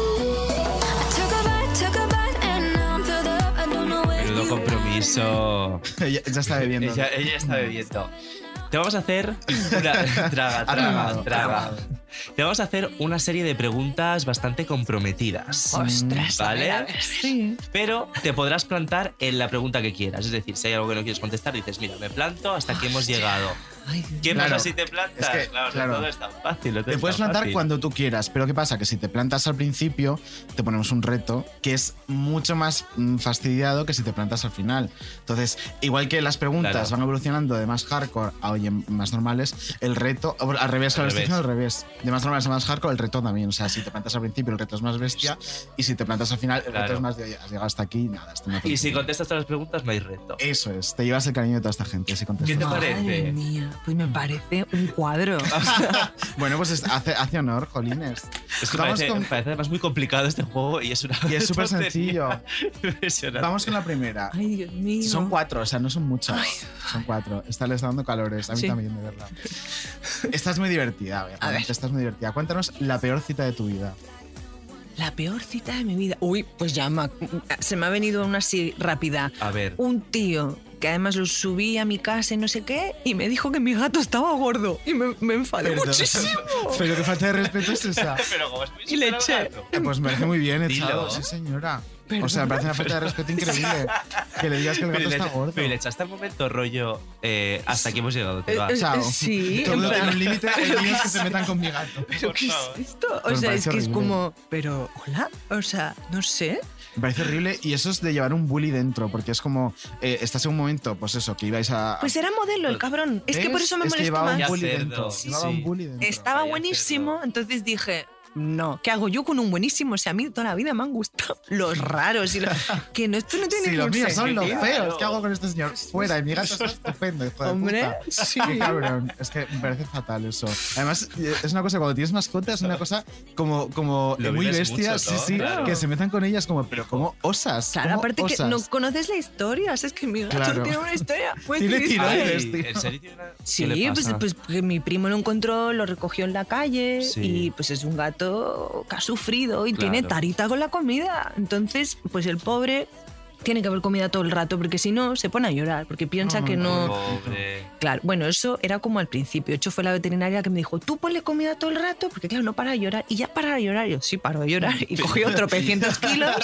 E: Took a bite, took a bite, and now I'm filled up. I don't know where
C: Menudo compromiso.
D: ella, está bebiendo.
C: ella, está bebiendo. Te vamos a hacer una... traga, traga,
D: Tragado,
C: traga. Te vamos a hacer una serie de preguntas bastante comprometidas.
D: Mm.
F: Ostras, a
C: ¿Vale?
F: ver, a ver. Sí.
C: Pero te podrás plantar en la pregunta que quieras. Es decir, si hay algo que no quieres contestar, dices, mira, me planto hasta aquí hemos llegado. ¿Qué
D: Claro,
C: pasa si te plantas?
D: es que,
C: claro, no
D: claro.
C: todo es tan fácil. no todo
D: Te
C: es
D: puedes
C: tan
D: plantar
C: fácil.
D: cuando tú quieras, pero ¿qué pasa? Que si te plantas al principio, te ponemos un reto que es mucho más mm, fastidiado que si te plantas al final. Entonces, igual que las preguntas
C: Claro.
D: van evolucionando de más hardcore a oye, más normales, el reto, o al revés, claro,
C: Al
D: estoy
C: revés.
D: diciendo al revés, de más normales a más hardcore, el reto también. O sea, si te plantas al principio, el reto es más bestia, y si te plantas al final, el reto
C: Claro.
D: es más de, oye, has llegado hasta aquí, nada, esto no te-
C: Y si contestas todas las preguntas, no hay reto.
D: Eso es, te llevas el cariño de toda esta gente. Si contestas.
C: ¿Qué te
F: Madre
C: parece?
F: mía, pues me parece un cuadro.
D: Bueno, pues es- hace, hace honor, Jolines.
C: Es que
D: Vamos
C: parece,
D: con-
C: parece además muy complicado este juego y es una.
D: Y es súper
C: tontería
D: sencillo.
C: Impresionante.
D: Vamos con la primera.
F: Ay, Dios mío.
D: Son cuatro, o sea, no son muchas. Son cuatro. Esta le está dando calores. A mí
F: Sí.
D: también, de verdad. Esta es muy divertida, a ver.
F: A ver.
D: Esta es muy divertida. Cuéntanos la peor cita de tu vida.
F: La peor cita de mi vida. Uy, pues ya me- se me ha venido una así rápida.
C: A ver.
F: Un tío que además lo subí a mi casa y no sé qué, y me dijo que mi gato estaba gordo. Y me, me enfadé
D: Perdón.
F: muchísimo.
D: Pero qué falta de respeto es esa.
C: Pero como es muy
F: Y le eché.
D: Eh, Pues me parece muy bien
C: Dilo.
D: echado, sí, señora. O sea, me parece una falta de respeto
C: Perdón.
D: increíble. Que le digas que el
C: Pero
D: gato
C: le
D: está
C: echa-
D: gordo.
C: Pero le echaste al momento rollo eh, hasta aquí hemos llegado, te
F: Eh,
C: vas.
F: eh,
D: Chao.
F: Sí,
D: Todo
F: en plan-
D: tiene un límite. El lío es que se metan con mi gato.
F: ¿Pero qué es esto? O
D: Pero me
F: sea, es
D: parece
F: que es
D: horrible.
F: como, pero, hola, o sea, no sé.
D: Me parece horrible y eso es de llevar un bully dentro, porque es como, eh, estás en un momento, pues eso, que ibais a...
F: Pues era modelo el cabrón. Es que por
D: ¿Ves?
F: eso me
D: Es que
F: molesta
D: llevaba un
F: más.
D: bully dentro.
C: Sí,
D: llevaba
C: sí.
D: un bully dentro.
F: Estaba buenísimo, entonces dije, no, ¿qué hago yo con un buenísimo? Si a mí toda la vida me han gustado los raros y los... Que no, esto no tiene
D: Sí, los
F: ningún
D: míos son los
F: sentido.
D: feos. ¿Qué hago con este señor? Fuera, y mi gato está estupendo, hijo de
F: Hombre,
D: puta.
F: sí.
D: Qué cabrón. Es que me parece fatal eso. Además, eh, es una cosa, cuando tienes mascotas, es una cosa como, como
C: Lo
D: eh, muy
C: vives
D: bestia,
C: mucho,
D: sí,
C: ¿no?
D: sí,
C: Claro.
D: que se metan con ellas como, pero ¿cómo osas?
F: Claro,
D: ¿Cómo
F: aparte que
D: osas?
F: no conoces la historia, o sea, es que mi gato
D: Claro.
F: tiene una historia muy
D: Tiene
F: triste.
D: tiroides, tío.
C: ¿En serio tiene una-
F: Sí,
C: ¿Qué le
F: pues,
C: pasa?
F: pues que mi primo lo encontró, lo recogió en la calle
C: Sí.
F: y pues es un gato que ha sufrido y
C: Claro.
F: tiene tarita con la comida. Entonces, pues el pobre tiene que haber comida todo el rato porque si no se pone a llorar porque piensa que
D: Oh,
F: no...
C: Ah, Pobre.
F: Claro, bueno, eso era como al principio. De hecho, fue la veterinaria que me dijo, tú ponle comida todo el rato, porque claro, no para de llorar. Y ya para de llorar, yo sí paro de llorar.
C: Mm.
F: Y cogió otro 300 kilos.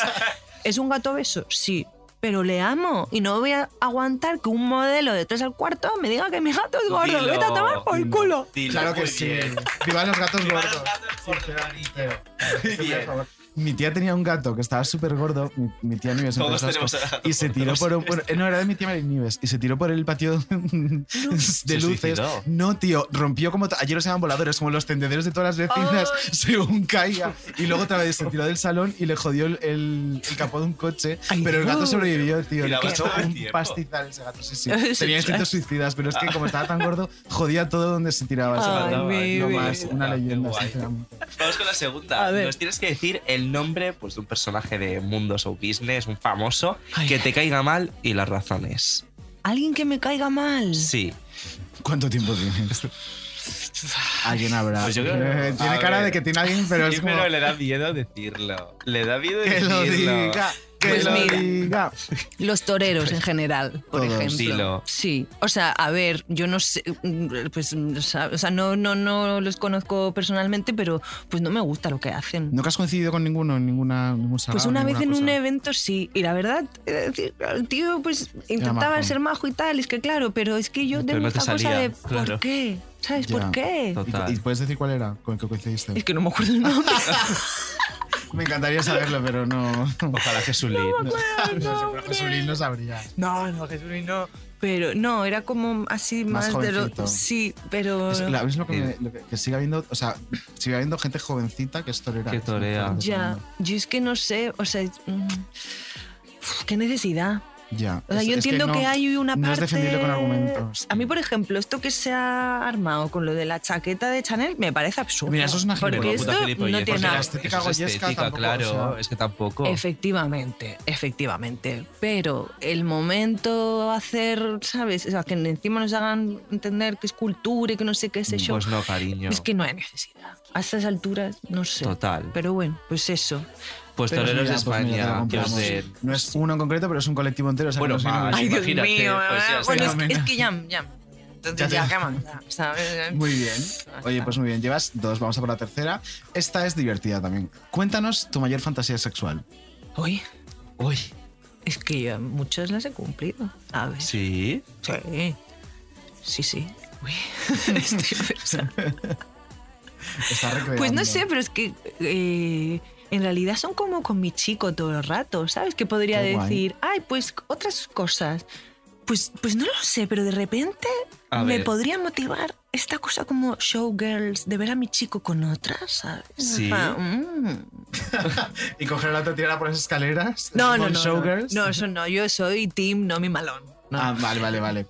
F: ¿Es un gato beso? Sí, pero le amo. Y no voy a aguantar que un modelo de 3 al cuarto me diga que mi gato es gordo.
C: Dilo,
F: Vete a tomar por el
D: dilo.
F: culo.
C: Dilo
D: Claro que
C: muy
D: sí.
C: bien.
D: Vivan los gatos
C: Viva los
D: gordos.
C: gatos gordos, cariño.
D: Sí,
C: Muy
D: por
C: bien.
D: favor. Mi tía tenía un gato que estaba súper gordo. Mi, mi tía Nives.
C: Todos
D: entre otras
C: tenemos este
D: cosas,
C: a gatos
D: Y se tiró
C: gordos.
D: por un. por- eh, no, era de mi tía María Nives. Y se tiró por el patio de luces.
C: suicidó.
D: No, tío. Rompió como. to- Ayer los llaman voladores, como los tendederos de todas las vecinas, según caía. Y luego otra vez se tiró del salón y le jodió el, el- el capó de un coche.
F: Ay,
D: pero el gato
F: Dios.
D: sobrevivió, tío.
C: Y la
D: Le
C: gastó
D: costó
C: todo el
D: un
C: tiempo.
D: pastizal ese gato. Sí, sí.
F: Eso
D: Tenía
F: es.
D: instintos suicidas, pero es que como estaba tan gordo, jodía todo donde se tiraba. ese
F: Ay,
D: gato. no
F: baby.
D: más. Una
C: Qué
D: leyenda,
C: guay.
D: sinceramente.
C: Vamos con la segunda.
F: A ver.
C: Nos tienes que decir el nombre pues, de un personaje de mundo show business, un famoso, que te caiga mal y las razones.
F: alguien que me caiga mal.
C: Sí.
D: ¿Cuánto tiempo tienes? Alguien habrá.
C: Pues yo creo-
D: Eh, tiene
C: a
D: cara
C: ver.
D: de que tiene alguien, pero
C: Sí,
D: es como.
C: pero le da miedo decirlo. Le da miedo
D: Que
C: decirlo.
D: lo diga, que
F: Pues
D: lo
F: mira.
D: diga.
F: Los toreros en general, por
C: Todos.
F: ejemplo.
C: Dilo.
F: Sí. O sea, a ver, yo no sé, mm, pues, mm, o sea, o sea, no, no, no los conozco personalmente, pero pues no me gusta lo que hacen.
D: ¿Nunca has coincidido con ninguno, en ninguna, ningún
F: Pues
D: sagrado,
F: una vez en
D: ninguna
F: un
D: cosa?
F: evento sí, y la verdad, he de decir, el tío pues intentaba
D: majo.
F: ser majo y tal, y es que claro, pero es que yo
D: Pero
F: tengo
D: no te
F: esta cosa
D: salía,
F: de
D: claro.
F: ¿por qué? ¿Sabes
D: Ya.
F: por qué?
D: ¿Y, y puedes decir cuál era con el que coincidiste?
F: Es que no me acuerdo el nombre.
D: Me encantaría saberlo, pero no.
C: Ojalá Jesulín.
D: No, pero Jesulín no sabría.
F: No, no, Jesús no. Pero no, era como así
D: Más
F: más, de
D: jovencito.
F: lo. Sí, pero.
D: Es, la- es lo que, me- lo que- que sigue habiendo, o sea, sigue habiendo gente jovencita que es torera.
C: Que torea.
F: Ya, yo es que no sé, o sea, mm, uf, qué necesidad.
D: Ya.
F: O sea,
D: Es-
F: yo
D: es que
F: entiendo que,
D: no-
F: hay una parte.
D: No es defendible con argumentos.
F: A mí, por ejemplo, esto que se ha armado con lo de la chaqueta de Chanel me parece absurdo.
D: Mira, eso es una
F: Porque
C: gilipollez.
F: esto
C: Una puta
F: no
C: gilipollez.
F: tiene
C: Porque la
F: nada.
C: estética Eso es goyesca estética, tampoco, claro, o sea. es que tampoco.
F: Efectivamente, efectivamente. Pero el momento hacer, ¿sabes? O sea, que encima nos hagan entender que es cultura y que no sé qué sé yo.
C: Pues no, cariño.
F: Es que no hay necesidad. A estas alturas, no sé.
C: Total.
F: Pero bueno, pues eso.
C: Pues
D: Pero
C: toreros
D: mira,
C: de
D: pues mira, te la
C: España. que os
D: compramos.
C: den.
D: No es uno en concreto, pero es un colectivo entero. o sea, que
C: Bueno,
D: nos viene
C: más,
D: muy
C: Ay,
D: bien.
C: Dios Imagínate, mío, pues ya
F: bueno, es, que- es que ya, ya. Entonces
D: Ya
F: ya,
D: te-
F: ¿qué más da? ¿Sabes?
D: Muy bien. Oye, pues muy bien. Llevas dos, vamos a por la tercera. Esta es divertida también. Cuéntanos tu mayor fantasía sexual.
F: Uy,
C: uy.
F: Es que yo muchas las he cumplido. A ver.
C: Sí.
F: Sí. Sí, sí. Uy, estoy pensando.
D: Está recreando.
F: Pues no sé, pero es que eh, en realidad son como con mi chico todo el rato, ¿sabes? Que podría
C: Qué guay.
F: decir, ay, pues otras cosas. Pues, pues no lo sé, pero de repente
C: A
F: me
C: ver.
F: podría motivar esta cosa como showgirls, de ver a mi chico con otras, ¿sabes?
D: Sí.
F: Ah, mm.
D: Y coger la otra tirada por las escaleras.
F: No, no,
D: con
F: no, no.
D: showgirls.
F: No, eso no. Yo soy Team Nomi Malón.
D: Ah, vale, vale, vale.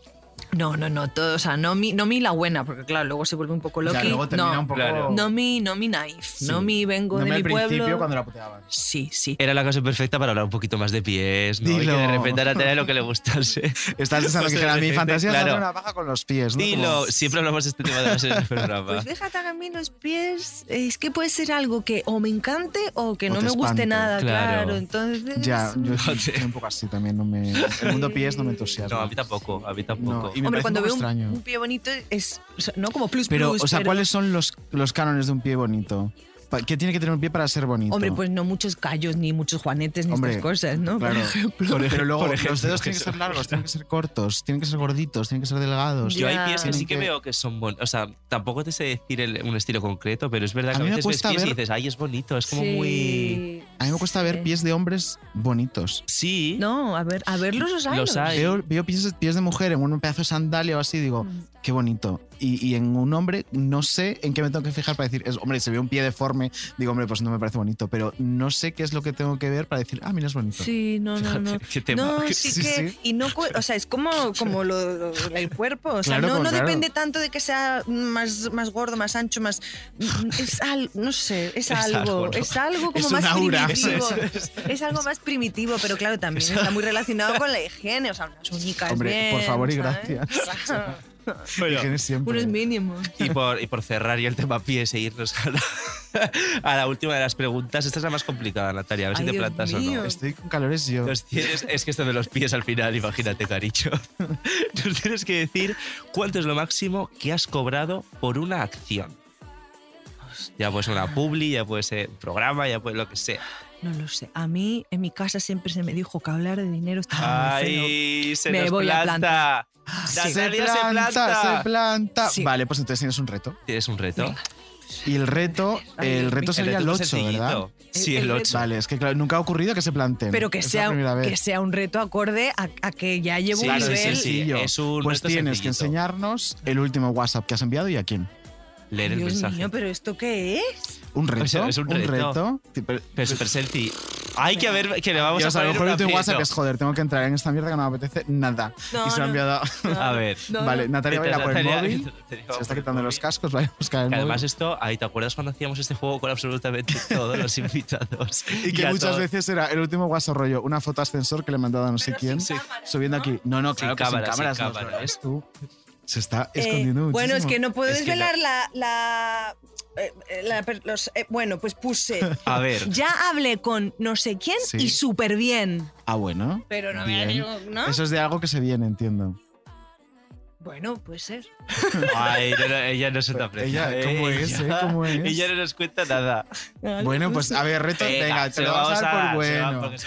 F: No, no, no, todo, o sea, no mi, no mi la buena, porque claro, luego se vuelve un poco
D: Ya,
F: loca.
D: luego termina
F: no,
D: un poco- Claro.
F: no mi, no mi knife, no mi vengo
D: No
F: de
D: me
F: mi
D: al principio
F: pueblo.
D: cuando la puteaban.
F: Sí, sí.
C: Era la cosa perfecta para hablar un poquito más de pies, ¿no? Y que
D: Dilo.
C: de repente a Natalia lo que le gustase.
D: Estás pensando
C: O sea,
D: que
C: de
D: era mi
C: repente,
D: fantasía es
C: claro.
D: hacer una paja con los pies, ¿no?
C: Dilo,
D: Como-
C: siempre hablamos de este tema de en el programa.
F: Pues fíjate que a mí los pies es que puede ser algo que o me encante o que
D: O
F: no
D: te
F: me guste
D: espante.
F: nada,
D: Claro.
F: claro. Entonces,
D: Ya, yo soy un poco así también. No me, el mundo pies no me entusiasma.
C: No, a mí tampoco, a mí tampoco.
D: y me
F: hombre,
D: parece
F: cuando
D: un
F: veo
D: poco
F: un,
D: extraño.
F: un pie bonito es, o sea, no como plus
D: Pero,
F: plus.
D: o sea, ¿cuáles son los, los cánones de un pie bonito? Pa- ¿Qué tiene que tener un pie para ser bonito?
F: Hombre, pues no muchos callos ni muchos juanetes ni
D: Hombre,
F: estas cosas, ¿no?
D: claro.
F: Por ejemplo.
D: Pero luego
C: por ejemplo,
D: los dedos tienen que
C: eso.
D: ser largos, tienen que ser cortos, tienen que ser gorditos, tienen que ser delgados.
C: Yo hay pies que
D: Tienen
C: sí que veo que son bonitos. O sea, tampoco te sé decir el- un estilo concreto, pero es verdad
D: A
C: que a
D: mí me
C: veces ves
D: cuesta
C: pies y
D: ver-
C: dices, ay, es bonito, es como
F: Sí.
C: muy.
D: A mí me cuesta ver pies de hombres bonitos.
C: Sí.
F: No, a ver, a verlos los hay.
D: Veo, veo pies, pies de mujer en un pedazo de sandalia o así, digo,
F: Mm.
D: qué bonito. Y, y en un hombre, no sé en qué me tengo que fijar para decir, es, hombre, se ve un pie deforme, digo, hombre, pues no me parece bonito, pero no sé qué es lo que tengo que ver para decir, ah, mira, es bonito.
F: Sí, no, no, no.
D: Fíjate, qué tema.
F: No, sí,
D: Sí,
F: que.
D: sí.
F: Y no, cu- o sea, es como, como lo, lo- el cuerpo. O sea,
D: Claro,
F: no,
D: como-
F: no
D: claro.
F: depende tanto de que sea más, más gordo, más ancho, más. Es al, no sé, es,
C: Es
F: algo.
C: algo, ¿no?
F: Es algo como
C: Es
F: más
C: un aura.
F: primitivo.
C: Eso
F: Es, algo más primitivo, pero claro, también está muy relacionado con la higiene. O sea, unas únicas.
C: Hombre, por favor y
F: gracias.
C: Bueno,
F: Unos mínimos.
C: y, por, y por cerrar ya el tema pies e irnos a la, a la última de las preguntas. Esta es la más complicada, Natalia, a ver
D: Ay,
C: si te
D: Dios
C: plantas o
D: mío.
C: no.
D: Estoy con calores yo.
C: Nos tienes- es que esto de los pies al final, imagínate, cariño. Nos tienes que decir cuánto es lo máximo que has cobrado por una acción. Ya puede ser una publi, ya puede ser un programa, ya puede lo que sea.
F: No lo sé. A mí, en mi casa siempre se me dijo que hablar de dinero estaba muy feo.
C: ¡Ay! Se
F: Me
C: nos
F: voy a
C: planta.
F: Ah, Sí.
D: Se
C: Natalia se
D: planta,
C: planta.
D: se planta.
C: Sí.
D: Vale, pues entonces tienes un reto.
C: Tienes un reto.
D: Y el reto,
C: Ay,
D: el
C: Dios mío.
D: reto Pues sería
C: El
D: el
C: reto
D: 8,
C: sencillito.
D: ¿verdad?
F: Eh,
C: Sí, el El reto- 8.
D: Vale, es que claro, nunca ha ocurrido que se planten.
F: Pero que
D: Es la
F: sea,
D: primera vez.
F: que sea un reto acorde a, a que ya llevo
D: Sí,
F: un
D: sí,
F: nivel.
D: sí, sí,
C: es un
D: pues
C: reto
D: tienes que
C: sencillito.
D: enseñarnos el último WhatsApp que has enviado y a quién.
C: Leer el
F: Dios
C: mensaje.
F: mío, pero ¿esto qué ¿eh? es?
D: Un reto.
C: O sea, es un reto.
D: reto.
C: Pero, pero Sergi, Hay que ver que le vamos
D: Dios,
C: a
D: a
C: poner
D: lo mejor
C: un
D: el último
C: aprieto.
D: WhatsApp es joder, tengo que entrar en esta mierda que no me apetece nada.
C: No,
D: y se lo
C: no,
D: ha enviado.
C: no. A ver. No,
D: Vale,
C: no.
D: Natalia va a ir a por el
C: Natalia-
D: móvil. Se está quitando los cascos, va a ir a buscar el
C: Que
D: móvil.
C: además esto, ahí te acuerdas cuando hacíamos este juego con absolutamente todos los invitados.
D: Y que
C: a
D: muchas
C: todos-
D: veces era el último WhatsApp rollo, una foto ascensor que le he mandado a no sé quién, subiendo aquí. No, no, claro, que
C: cámara, sin
D: sin cámaras, no,
C: cámara.
D: claro, es tú. Se está
H: Eh,
D: escondiendo muchísimo.
H: bueno, es que no puedo desvelar
D: desvelarla.
H: la... la- eh, eh, la per- los- eh, bueno, pues puse.
D: A ver.
H: Ya hablé con no sé quién
D: Sí.
H: y súper bien.
D: Ah, bueno.
H: Pero no me
D: Bien.
H: digo, ¿no?
D: Eso es de algo que se viene, entiendo.
H: Bueno, puede ser.
C: Ay, no, no, ella no se te aprecia.
D: Ella, ¿cómo
C: Ella-
D: es, eh? ¿Cómo es?
C: Ella no nos cuenta nada.
D: Bueno, pues a ver, reto, venga, te
C: se
D: lo vamos a dar por
C: se lo
D: bueno.
C: vamos- porque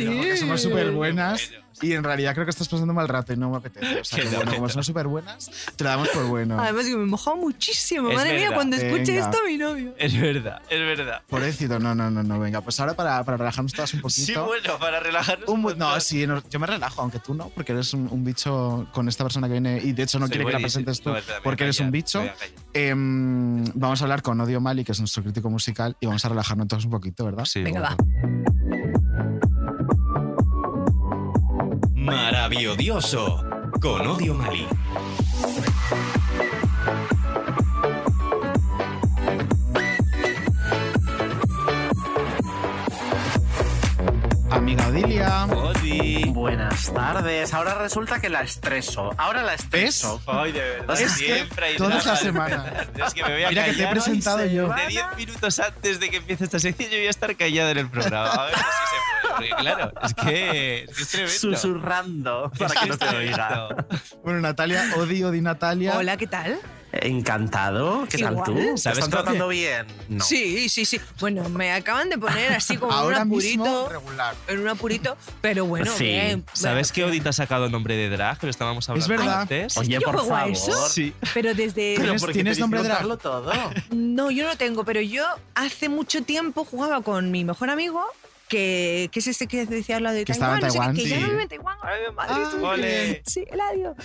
C: somos-
D: Porque somos súper buenas
C: pues.
D: y en realidad creo que estás pasando mal rato y no me apetece. O sea, que
C: Que no,
D: bueno,
C: que
D: como
C: no.
D: somos súper buenas, te la damos por bueno.
H: Además que me he mojado muchísimo.
D: Es
H: Madre mía,
D: verdad.
H: cuando escuche
D: Venga.
H: esto mi novio.
C: Es verdad, es verdad.
D: Pobrecito, no, no, no, no, venga. Pues ahora para, para relajarnos todas un poquito.
C: Sí, bueno, para relajarnos.
D: Un bu- no, sí, no, yo me relajo, aunque tú no, porque eres un, un bicho con esta persona que viene y de hecho no
C: Soy
D: quiere que la
C: buenísimo.
D: presentes tú
C: No, espera, me voy
D: porque
C: a
D: eres un
C: callar,
D: bicho.
C: me voy a callar.
D: Em, vamos a hablar con Odio Mali, que es nuestro crítico musical, y vamos a relajarnos todos un poquito, ¿verdad? Sí.
H: Venga, va.
M: Maravilloso con Odio Mali.
D: Amiga Odilia.
I: Buenas tardes. Ahora resulta que la estreso. Ahora la estreso.
C: Ay, de verdad,
I: Es que
C: siempre hay
I: todas
C: drama,
I: las
C: de
I: semanas.
C: verdad. Es que me voy a
D: Mira que te he
C: callar.
D: presentado
C: Ay,
D: yo.
C: De 10 minutos antes de que empiece esta sección, yo voy a estar callado en el programa. A ver si se puede. Porque, claro, es que es, que es tremendo.
I: Susurrando para que no te oiga.
D: Bueno, Natalia, Odio, Odi Natalia.
H: Hola, ¿qué tal?
I: Encantado. ¿Qué
H: Igual.
I: tal tú? ¿Te
H: ¿Sabes
I: están
H: que-
I: tratando bien? No.
H: Sí, sí, sí. Bueno, me acaban de poner así como en un
D: Ahora mismo,
H: apurito. En un apurito, pero bueno, bien.
C: ¿Sabes que Odita ha sacado el nombre de drag? Que lo estábamos hablando
D: verdad.
C: antes.
H: Oye, ¿Yo por juego a favor. eso?
C: Sí.
H: Pero desde.
C: Pero ¿por qué ¿Tienes nombre
H: de
C: que drag?
I: todo?
H: No, yo no tengo, pero yo hace mucho tiempo jugaba con mi mejor amigo, que, que es ese que decía lo de
D: Que estaba
H: Taiwán,
D: en
H: no sé qué, que
D: Taiwán,
H: ya
D: sí.
H: no vive en Taiwán, ahora vive en Madrid.
D: Ah,
H: es un
D: ole.
H: genio. Sí, Eladio.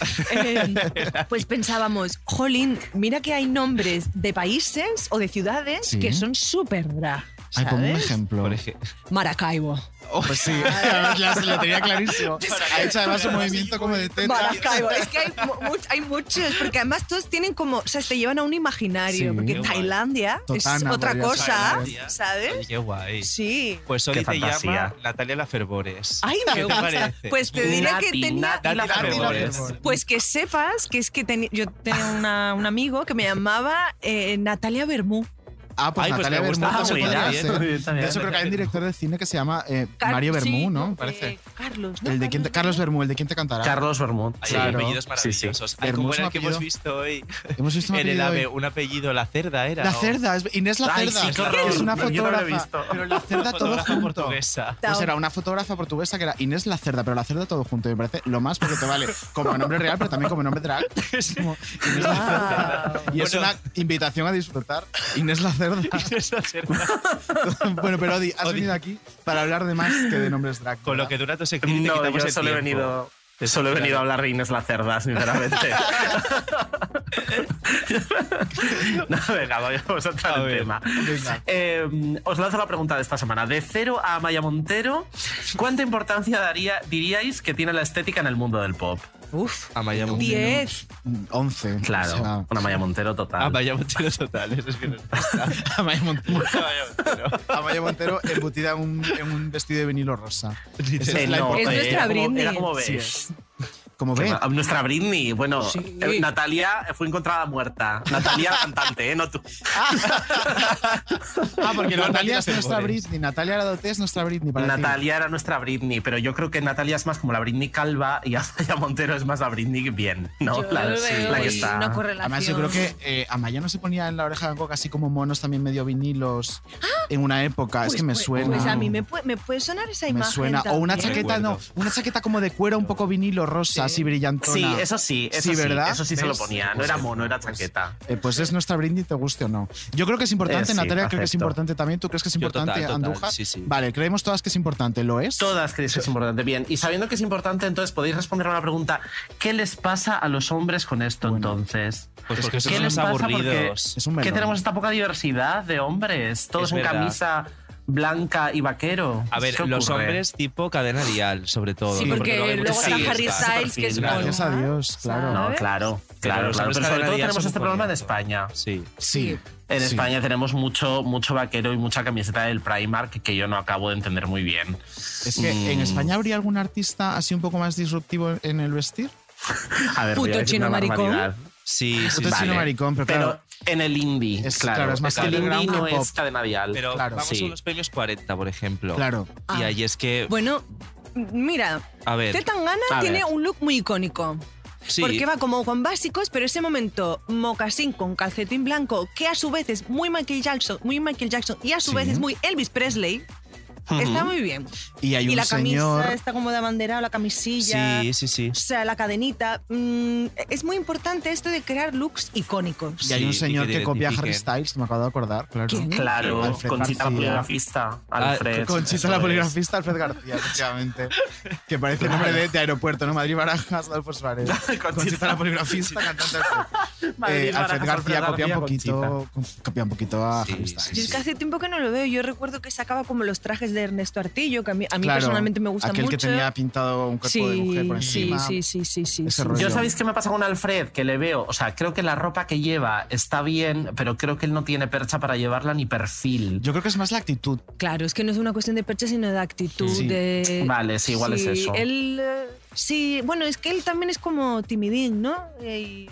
H: Eh, pues pensábamos, jolín, mira que hay nombres de países o de ciudades
D: Sí.
H: que son súper drag.
D: Ay, ponme un
H: ¿sabes?
D: ejemplo.
H: Maracaibo.
D: Pues sí, la- lo tenía clarísimo. Ha hecho además un movimiento como de teta.
H: Maracaibo. Es que hay, mu- mu- hay muchos, porque además todos tienen como, o sea, te llevan a un imaginario,
C: Sí.
H: porque
C: Qué guay.
H: Tailandia
C: Totana
H: es otra
C: podría ser.
H: cosa,
C: Tailandia.
H: ¿sabes?
C: Oye, Qué guay.
H: Sí.
C: Pues hoy
I: Qué
C: te
I: fantasía.
C: llama Natalia La Fervores.
H: Ay, me
C: ¿Qué te
H: gusta.
C: parece?
H: Pues te diré que tenía.
C: Nati La Fervores.
H: Pues que sepas que es que teni- yo tenía una- un amigo que me llamaba eh, Natalia Bermú.
D: Ah, pues
C: Ay, pues
D: Natalia
C: me gusta,
D: Bermú.
C: ah,
D: se
C: muy
D: podría
C: bien,
D: ser.
C: muy bien también.
D: De hecho, creo que hay un director de cine que se llama eh,
H: Car-
D: Mario
H: sí,
D: Bermú, ¿no?
H: eh,
D: Parece.
H: Carlos. ¿no?
D: El de quién te- Carlos Bermú, el de quién te cantará.
I: Carlos Bermud.
C: Hay
D: Claro.
C: apellidos maravillosos. Ay, como
D: Hermoso
C: era el que hemos
D: apellido.
C: visto hoy.
D: Hemos visto un
C: en el
D: apellido
C: AVE,
D: hoy.
C: un apellido, la cerda era.
D: La
C: ¿no?
D: cerda, es- Inés la
C: Ay,
D: cerda.
C: sí, qué horror.
D: es
C: Yo no
D: una
C: lo he
D: fotógrafa.
C: visto.
D: Pero la cerda todo
C: Fotógrafa
D: junto.
C: portuguesa.
D: Pues era una fotógrafa portuguesa que era Inés la cerda, pero la cerda todo junto. Me parece lo más porque te vale como nombre real, pero también como nombre drag. Es como Inés la cerda. Y es
C: Ah. Bueno.
D: una invitación a disfrutar. Inés la cerda. Inés
C: la cerda.
D: bueno, pero Odi, has
C: Odi.
D: venido aquí para hablar de más que de nombres drag.
C: Con lo que dura tu sección, te
I: No,
C: quitamos
I: yo
C: el
I: solo he
C: tiempo.
I: venido. Solo he venido a hablar de Inés la cerda, sinceramente. no, venga, vamos a entrar en tema. Eh, os lanzo la pregunta de esta semana. De cero a Maya Montero, ¿cuánta importancia daría, diríais que tiene la estética en el mundo del pop?
H: Uf,
C: Amaya
I: Montero.
H: 10.
D: 11.
I: Claro, una Maya Montero total.
C: Amaya Montero total, eso es que no
D: Amaya Montero. Amaya Montero embutida en un, en un vestido de vinilo rosa. Esa
I: Eh,
D: la
I: no,
D: importancia.
I: eh, era como- Era como ves.
D: Sí. Como ves.
I: Bueno, Nuestra Britney, bueno,
D: Sí.
I: eh, Natalia fue encontrada muerta. Natalia la cantante, ¿eh? No tú.
D: Ah, porque
I: No,
D: Natalia
I: Natalia
D: es
C: ¿eh?
D: nuestra
I: Fervores.
D: Britney. Natalia Aradote es nuestra Britney para ti.
I: Natalia era nuestra Britney, pero yo creo que Natalia es más como la Britney calva y Azaya Montero es más la Britney bien, ¿no?
D: Yo
I: la,
D: lo
I: sí,
D: veo
I: la que
D: ahí
I: está.
D: una correlación. Además, yo creo que eh, Amaya no se ponía en la oreja de Van Gogh así como monos también medio vinilos en una época. es que me suena.
H: ¡Ah! Pues a mí me puede, me puede sonar esa
D: me
H: imagen.
D: suena. O una
H: también.
D: chaqueta, no, una chaqueta como de cuero un poco vinilo rosa, así brillantona.
I: Sí, eso sí, eso sí,
D: ¿verdad?
I: Eso sí se lo
D: ¿Ves?
I: ponía, no
D: Pues
I: era
D: sí.
I: mono, era chaqueta.
D: Eh, pues es nuestra Britney, te guste o no. Yo creo que es importante,
I: Eh, sí,
D: Natalia, creo que es
I: acepto.
D: importante también. ¿Tú crees que es
I: Yo
D: importante,
I: total, total,
D: Andújar?
I: sí, sí.
D: Vale, creemos todas que es importante. ¿Lo es?
I: Todas creéis que es importante. Bien, y sabiendo que es importante, entonces podéis responder a una pregunta: ¿qué les pasa a los hombres con esto entonces?
C: Pues porque son
I: ¿Qué
C: unos
I: pasa?
C: aburridos.
I: Porque
C: Es un melón.
I: ¿Qué tenemos esta poca diversidad de hombres? Todos
C: Es
I: en
C: verdad.
I: camisa blanca y vaquero.
C: A ver,
I: ¿Qué
C: los
I: ocurre?
C: hombres tipo cadena dial, sobre todo.
I: Sí, porque luego está Harry Styles, que es
D: Gracias a Dios, claro.
I: No, claro, claro,
C: los hombres
I: claro. Pero sobre todo
C: canadienses
I: tenemos
C: son
I: este
C: muy
I: problema en España.
C: Sí.
D: Sí.
I: En
D: Sí.
I: España tenemos mucho, mucho vaquero y mucha camiseta del Primark que yo no acabo de entender muy bien.
D: Es que
I: Mm.
D: en España habría algún artista así un poco más disruptivo en el vestir.
I: A ver, voy a
D: Puto
I: decir
D: chino
I: una
D: maricón.
I: barbaridad. Sí, sí,
D: Puto chino maricón, pero claro.
I: en el indie,
D: Es-
I: claro,
D: claro, es
I: es
D: más
I: más que el
D: underground
I: indie no
D: que pop.
I: es cadena dial.
C: Pero
D: Claro.
C: vamos
D: Sí.
C: a unos premios 40, por ejemplo.
D: Claro.
C: Y
F: Ah.
C: ahí es que.
F: Bueno, mira,
C: A ver.
F: Z Tangana
C: A
F: tiene
C: ver.
F: un look muy icónico.
C: Sí.
F: Porque va como con básicos, pero ese momento mocasín con calcetín blanco, que a su vez es muy Michael Jackson, muy Michael Jackson y a su
D: Sí.
F: vez es muy Elvis Presley,
D: Ujú.
F: está muy bien.
D: Y hay un
F: la
D: señor.
F: camisa está como de bandera, la camisilla,
D: Sí, sí, sí.
F: o sea, la cadenita. Mm, es muy importante esto de crear looks icónicos.
D: Y hay un señor que,
C: te
D: copia a Harry
C: identifiquen.
D: Styles, me acabo de acordar, claro.
F: ¿Quién?
I: Claro,
D: Alfred
I: Conchita la
D: García.
I: poligrafista,
D: Ah,
I: Alfred,
D: Conchita
I: eso
D: la
I: es.
D: poligrafista, Alfred García, efectivamente. que parece el nombre de, de aeropuerto, ¿no? Madrid Barajas, Adolfo Suárez. Conchita, la poligrafista, cantante. Eh, Alfred García copia un poquito, copia un poquito a Harry Styles.
F: Yo es que hace tiempo que no lo veo. Yo recuerdo que sacaba como los trajes de Ernesto Artillo, que a mí, a mí
D: Claro,
F: personalmente me gusta
D: aquel
F: mucho.
D: que tenía pintado un cuerpo de
F: Sí,
D: mujer por
F: sí,
D: encima.
F: sí, sí, sí, sí,
D: Ese
F: sí.
D: rollo.
I: Yo sabéis qué me pasa con Alfred, que le veo, o sea, creo que la ropa que lleva está bien, pero creo que él no tiene percha para llevarla ni perfil.
D: Yo creo que es más la actitud.
F: Claro, es que no es una cuestión de percha, sino de actitud.
I: Sí.
F: De...
I: Vale, sí, igual es eso.
F: Él, eh, sí, bueno, es que él también es como timidín, ¿no? Eh, y-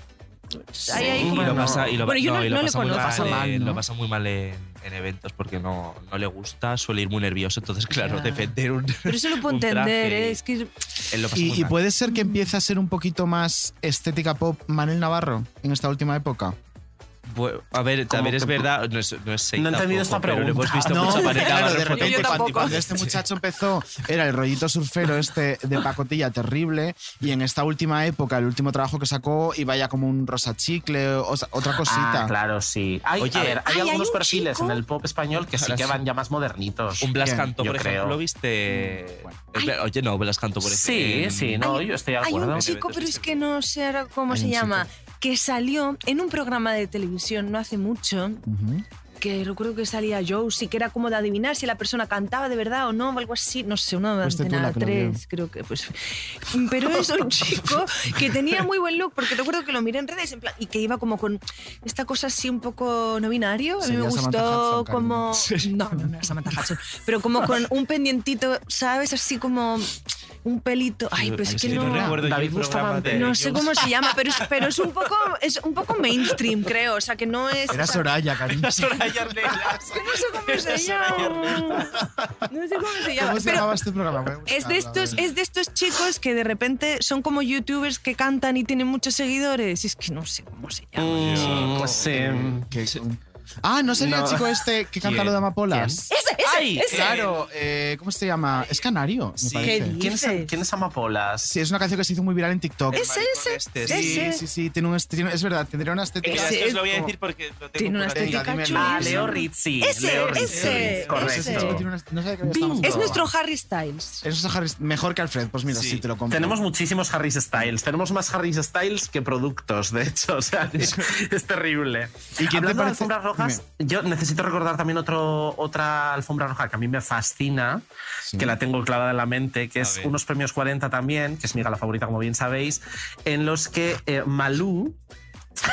F: hay- hay-
C: y lo pasa, y lo,
F: Bueno, yo
C: no,
F: no,
C: y lo
F: no le
C: pasa muy
F: conozco.
C: mal, eh, lo pasa muy mal en, en eventos porque no, no le gusta, suele ir muy nervioso. Entonces, claro,
F: Ya.
C: defender un.
F: Pero eso lo puedo
C: un traje
F: entender, ¿eh?
C: y-
F: es que
C: él lo pasa muy
D: Y, y
C: mal.
D: puede ser que empiece a ser un poquito más estética pop Manuel Navarro en esta última época.
C: Bu- A ver,
D: Como
C: también es
D: que-
C: verdad, no es, no es
D: he
C: secta tampoco, Pero lo hemos visto
D: no,
C: mucho para
D: claro, de repente cuando, cuando este muchacho empezó era el rollito surfero este de pacotilla terrible y en esta última época, el último trabajo que sacó iba ya como un rosa chicle, o sea, otra cosita.
I: Ah, claro, sí. Hay,
D: Oye,
I: a ver,
D: ay,
I: hay
D: hay
I: algunos
D: un
I: perfiles
D: chico.
I: en el pop español que sí
C: Ahora
I: que
C: sí.
I: van ya más modernitos.
C: Un Blas Canto,
I: Yo
C: por
I: creo.
C: ejemplo,
D: Mm,
C: ¿viste? Espera, Oye, no, Blas Canto, por
I: Sí,
C: ejemplo.
I: sí, no, yo estoy de
F: hay un chico, pero es que no sé ahora cómo
C: Hay
F: se
C: un
F: llama, que salió en un programa de televisión no hace mucho, que recuerdo que salía Joe, sí que era como de adivinar si la persona cantaba de verdad o no, o algo así, no sé, una de
H: Fuiste tú
F: Antena
H: la Pues este que lo vio.
F: 3, creo que pues pero es un chico que tenía muy buen look, porque recuerdo que lo miré en redes en plan, y que iba como con esta cosa así un poco no binario, a mí me
H: Sería Samantha
F: gustó
H: Hudson, cariño.
F: como no, no, no era Samantha Hudson, pero como con un pendientito, ¿sabes? Así como un pelito. Ay, pero es que no.
I: David Bustamante.
F: No sé cómo se llama, pero es, pero es un poco es un poco mainstream, creo. O sea, que no es.
D: Era Soraya, cariño.
F: No sé cómo se llama. No sé cómo se llama.
D: ¿Cómo se
F: pero
D: llamaba este programa? Voy a
F: es
D: buscarlo, a
F: de
D: ver.
F: estos, es de estos chicos que de repente son como youtubers que cantan y tienen muchos seguidores. Y es que no sé cómo se llama.
I: Mm, sí.
D: Ah, ¿no sería
I: No.
D: el chico este que canta lo de amapolas?
F: ¿Quién? Ese, ese,
D: Ay,
F: ese.
D: Claro, eh, ¿cómo se llama? Es canario, me parece.
I: ¿Quién es, quién es Amapolas?
D: Sí, es una canción que se hizo muy viral en TikTok.
I: Es El maricón
F: ese,
I: este,
D: Sí,
I: sí.
D: sí, sí, tiene un, tiene- es verdad, tendría una estética.
C: Mira, es que os lo voy a decir porque lo tengo
D: Tiene una
C: por aquí.
D: estética Venga, dímelo.
I: Ah,
D: Sí.
I: Leo Rizzi.
F: Ese,
I: Leo Rizzi.
F: ese,
I: Correcto.
F: ese.
D: No sé de qué había estado
F: Es
D: hablando.
F: nuestro Harry Styles.
D: Eso es Harry- mejor que Alfred, pues mira, sí, te lo compro.
I: Tenemos muchísimos Harry Styles. Tenemos más Harry Styles que productos, de hecho. O sea, es, es terrible.
D: ¿Y quién te
I: Hablando de
D: parece?
I: alfombras rojas, yo necesito recordar también otro, otra alfombra roja que a mí me fascina, que la tengo clavada en la mente, que es unos premios 40 también, que es mi gala favorita, como bien sabéis, en los que eh, Malú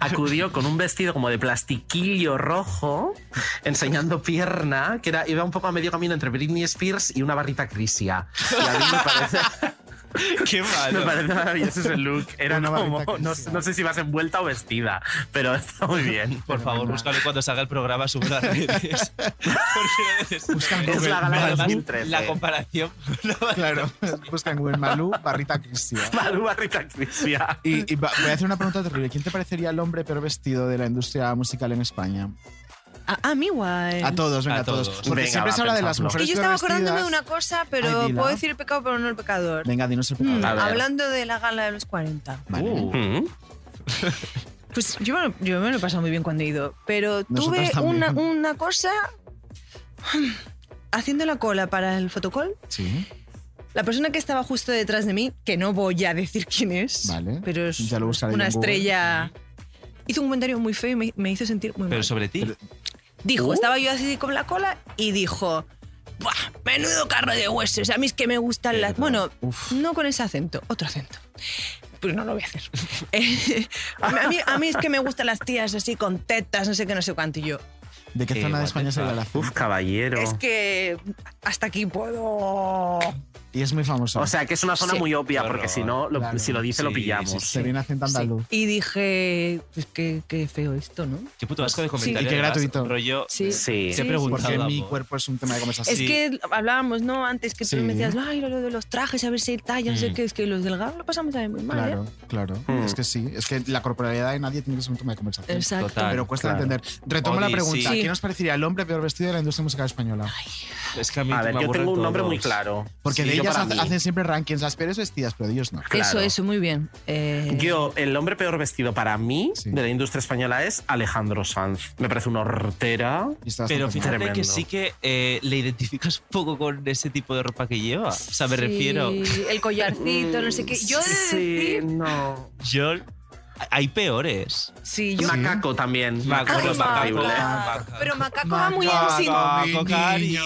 I: acudió con un vestido como de plastiquillo rojo, enseñando pierna, que era, iba un poco a medio camino entre Britney Spears y una barrita crisia. Y a mí me parece.
C: Qué malo.
I: Me parece maravilloso ese look. Era
C: Una
I: como.
C: barrita
I: No, no sé si vas envuelta o vestida, pero está muy bien.
C: Por favor, búscalo y cuando salga el programa, sube las redes.
D: Buscan
C: Es
D: Google,
C: la gala de
D: Malú.
C: 2013. La comparación.
D: Claro, buscan Google Malú, barrita Crisia.
I: Malú, barrita Crisia.
D: Y, y va- voy a hacer una pregunta terrible. ¿Quién te parecería el hombre pero vestido de la industria musical en España?
F: A, a mí igual.
D: A todos, venga, a todos. Porque siempre se habla de las
F: Eh. Que
D: mujeres
F: yo estaba
D: pero
F: acordándome de
D: vestidas.
F: una cosa, pero
D: Ay, dila.
F: puedo decir el pecado, pero no el pecador.
D: Venga, dinos el pecado.
F: Mm, hablando de la gala de los 40.
I: Uh,
D: Uh.
F: Pues yo, me lo- yo me lo he pasado muy bien cuando he ido, pero
D: Nosotras
F: tuve
D: también.
F: una, una cosa haciendo la cola para el fotocall.
D: Sí.
F: La persona que estaba justo detrás de mí, que no voy a decir quién es,
D: Vale.
F: pero es
D: Ya lo buscaré yo
F: una
D: en Google.
F: estrella, hizo un comentario muy feo y me, me hizo sentir muy mal.
C: Pero sobre ti.
F: Dijo,
H: ¿Uh?
F: estaba yo así con la cola y dijo, "Buah, menudo carro de huesos, a mí es que me gustan las... Bueno, no con ese acento, otro acento. Pues no lo voy a hacer. Eh, a, mí, a mí es que me gustan las tías así con tetas, no sé qué, no sé cuánto. Y yo,
D: ¿De qué zona de España sale la azul?
I: Uf, caballero.
F: es que hasta aquí puedo...
D: Y es muy famoso.
I: O sea, que es una zona
F: Sí.
I: muy obvia, porque si no, lo-
D: Claro.
I: si lo dice, lo
D: Sí,
I: pillamos.
D: sí, sí. Se viene acento andaluz.
F: Y dije, pues qué, qué feo esto, ¿no?
C: Qué puto asco de
F: Sí.
C: comentario.
F: Y qué
C: además,
D: gratuito.
C: Rollo,
F: Sí.
C: Te he
F: Sí.
C: preguntado,
D: Porque mi
C: Gabo.
D: cuerpo es un tema de conversación.
F: Es que hablábamos, ¿no? Antes que
D: Sí.
F: tú me decías, ay, lo, lo de los trajes, a ver si hay talla, no sé
D: Mm.
F: qué, es que los delgados lo pasamos también muy mal,
D: Claro,
F: ¿eh?
D: claro.
C: Mm.
D: Es que sí. Es que la corporalidad de nadie tiene que ser un tema de conversación.
F: Exacto. Total,
D: Pero cuesta
C: claro.
D: entender. Retomo la
C: Odi,
D: pregunta.
C: sí.
D: ¿Quién os parecería el hombre peor vestido de la industria musical española?
C: Es que a mí
I: A
C: me
I: ver, yo
C: aburren
I: tengo un nombre
C: todos.
I: muy claro.
D: Porque
I: Sí,
D: de
I: yo
D: ellas
I: para
D: hace-
I: mí.
D: hacen siempre rankings las peores vestidas, pero de ellos no.
F: Eso,
I: Claro.
F: eso, muy bien. Eh,
I: Yo, el hombre peor vestido para mí de la industria española es Alejandro Sanz. Me parece una hortera.
C: Pero fíjate
I: Tremendo.
C: que sí que eh, le identificas poco con ese tipo de ropa que lleva. O sea, me
F: sí,
C: refiero.
F: El collarcito, no sé
I: Mm,
F: qué. Yo he de decir.
I: no.
C: Yo. Hay peores.
F: Sí, yo-
I: Macaco también.
C: Macaco,
I: Macaco es
C: macaco.
I: horrible.
C: Macaco.
F: Pero Macaco va muy en sin-
C: Macaco, cariño.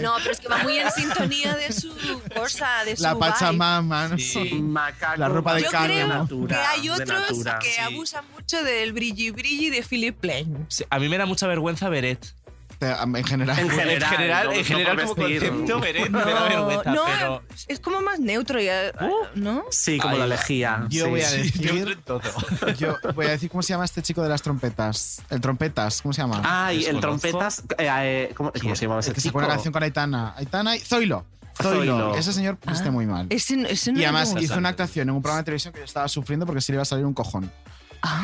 F: No, pero es que va muy en sintonía de su cosa, de su
D: La
F: vibe.
D: pachamama, no sé. la ropa de
F: Yo
D: carne.
F: creo
D: ¿no?
F: que hay
C: de
F: otros
C: natura,
F: que
C: sí.
F: abusan mucho del brilli brilli de Philip Plain.
C: Sí, A mí me da mucha vergüenza Beret.
D: En general.
C: En general, en general,
I: no- no por
C: como
I: vestir.
C: concepto, Beret me da vergüenza,
F: no,
C: pero...
F: es como más neutro, ya, eh, ¿no?
I: Sí, como la lejía.
D: Yo
I: Sí,
D: voy a
I: sí.
D: decir.
C: todo.
D: Yo voy a decir cómo se llama este chico de las trompetas. El trompetas, ¿cómo se llama?
I: Ay, el trompetas. eh, eh, ¿Cómo, cómo se llamaba Ah, ese
D: El que
I: chico?
D: sacó una canción con Aitana. Aitana y Zoilo. Zoilo.
I: Zoilo.
D: Ese señor viste muy mal.
F: Ah, Ese, ese no
D: y
F: lo
D: además
F: tengo.
D: hizo una actuación en un programa de televisión que yo estaba sufriendo porque sí le iba a salir un cojón.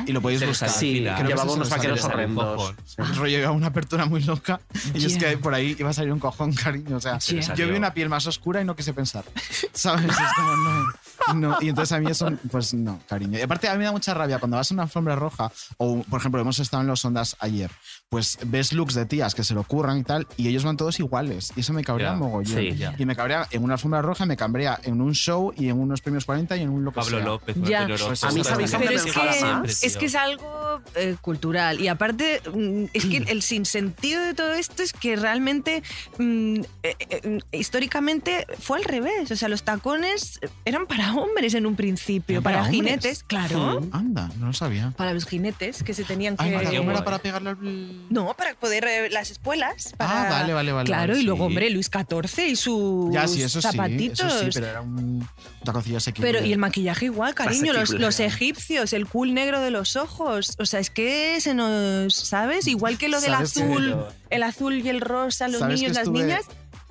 D: Y lo podéis
I: Se le
D: buscar.
I: salió.
D: Creo
I: Sí,
D: que
I: llevaba
D: ese se
I: unos
D: le salió.
I: vaqueros
D: Se le salió un
I: horrendos.
D: cojón. El rollo llevaba una apertura muy loca y es
I: Yeah.
D: que por ahí iba a salir un cojón, cariño. O sea,
I: Se le Yeah.
D: yo vi
I: salió.
D: una piel más oscura y no quise pensar. ¿Sabes? Es como, no, no. Y entonces a mí eso, pues no, cariño. Y aparte a mí me da mucha rabia cuando vas a una alfombra roja o, por ejemplo, hemos estado en los ondas ayer, pues ves looks de tías que se lo curran y tal y ellos van todos iguales. Y eso me cabrea
C: Yeah.
D: mogollón.
C: Sí, yeah.
D: Y me cabrea en una alfombra roja, me cabrea en un show y en unos premios 40 y en un lo que
C: Pablo
D: sea.
C: López,
F: Ya.
I: A mí, ¿sabéis dónde
F: Pero
I: me
F: es
I: enfada
F: que,
I: más?
F: es que es algo eh, cultural. Y aparte, mm, es que el sinsentido de todo esto es que realmente, mm, eh, eh, históricamente, fue al revés. O sea, los tacones eran para hombres en un principio, para,
D: hombres?
F: jinetes, claro.
D: Sí. Anda, no lo sabía.
F: Para los jinetes que se tenían que.
D: Ay, para, ¿cómo era para pegarle al.? Ah,
F: No, para poder eh, las espuelas. para-
D: vale, vale, vale,
F: Claro,
D: vale,
F: y
D: sí.
F: luego, hombre, Luis XIV y sus
D: Ya, sí, eso
F: zapatitos.
D: sí. Eso sí, pero era un taconcillo asequible.
F: Pero- y el maquillaje igual, cariño, los,
D: Asequible.
F: los egipcios, el cool negro de los ojos, o sea, es que se nos, ¿sabes? Igual que lo del
D: ¿Sabes qué?
F: azul, el azul y el rosa, los
D: ¿Sabes
F: niños,
D: que
F: las
D: estuve-
F: niñas,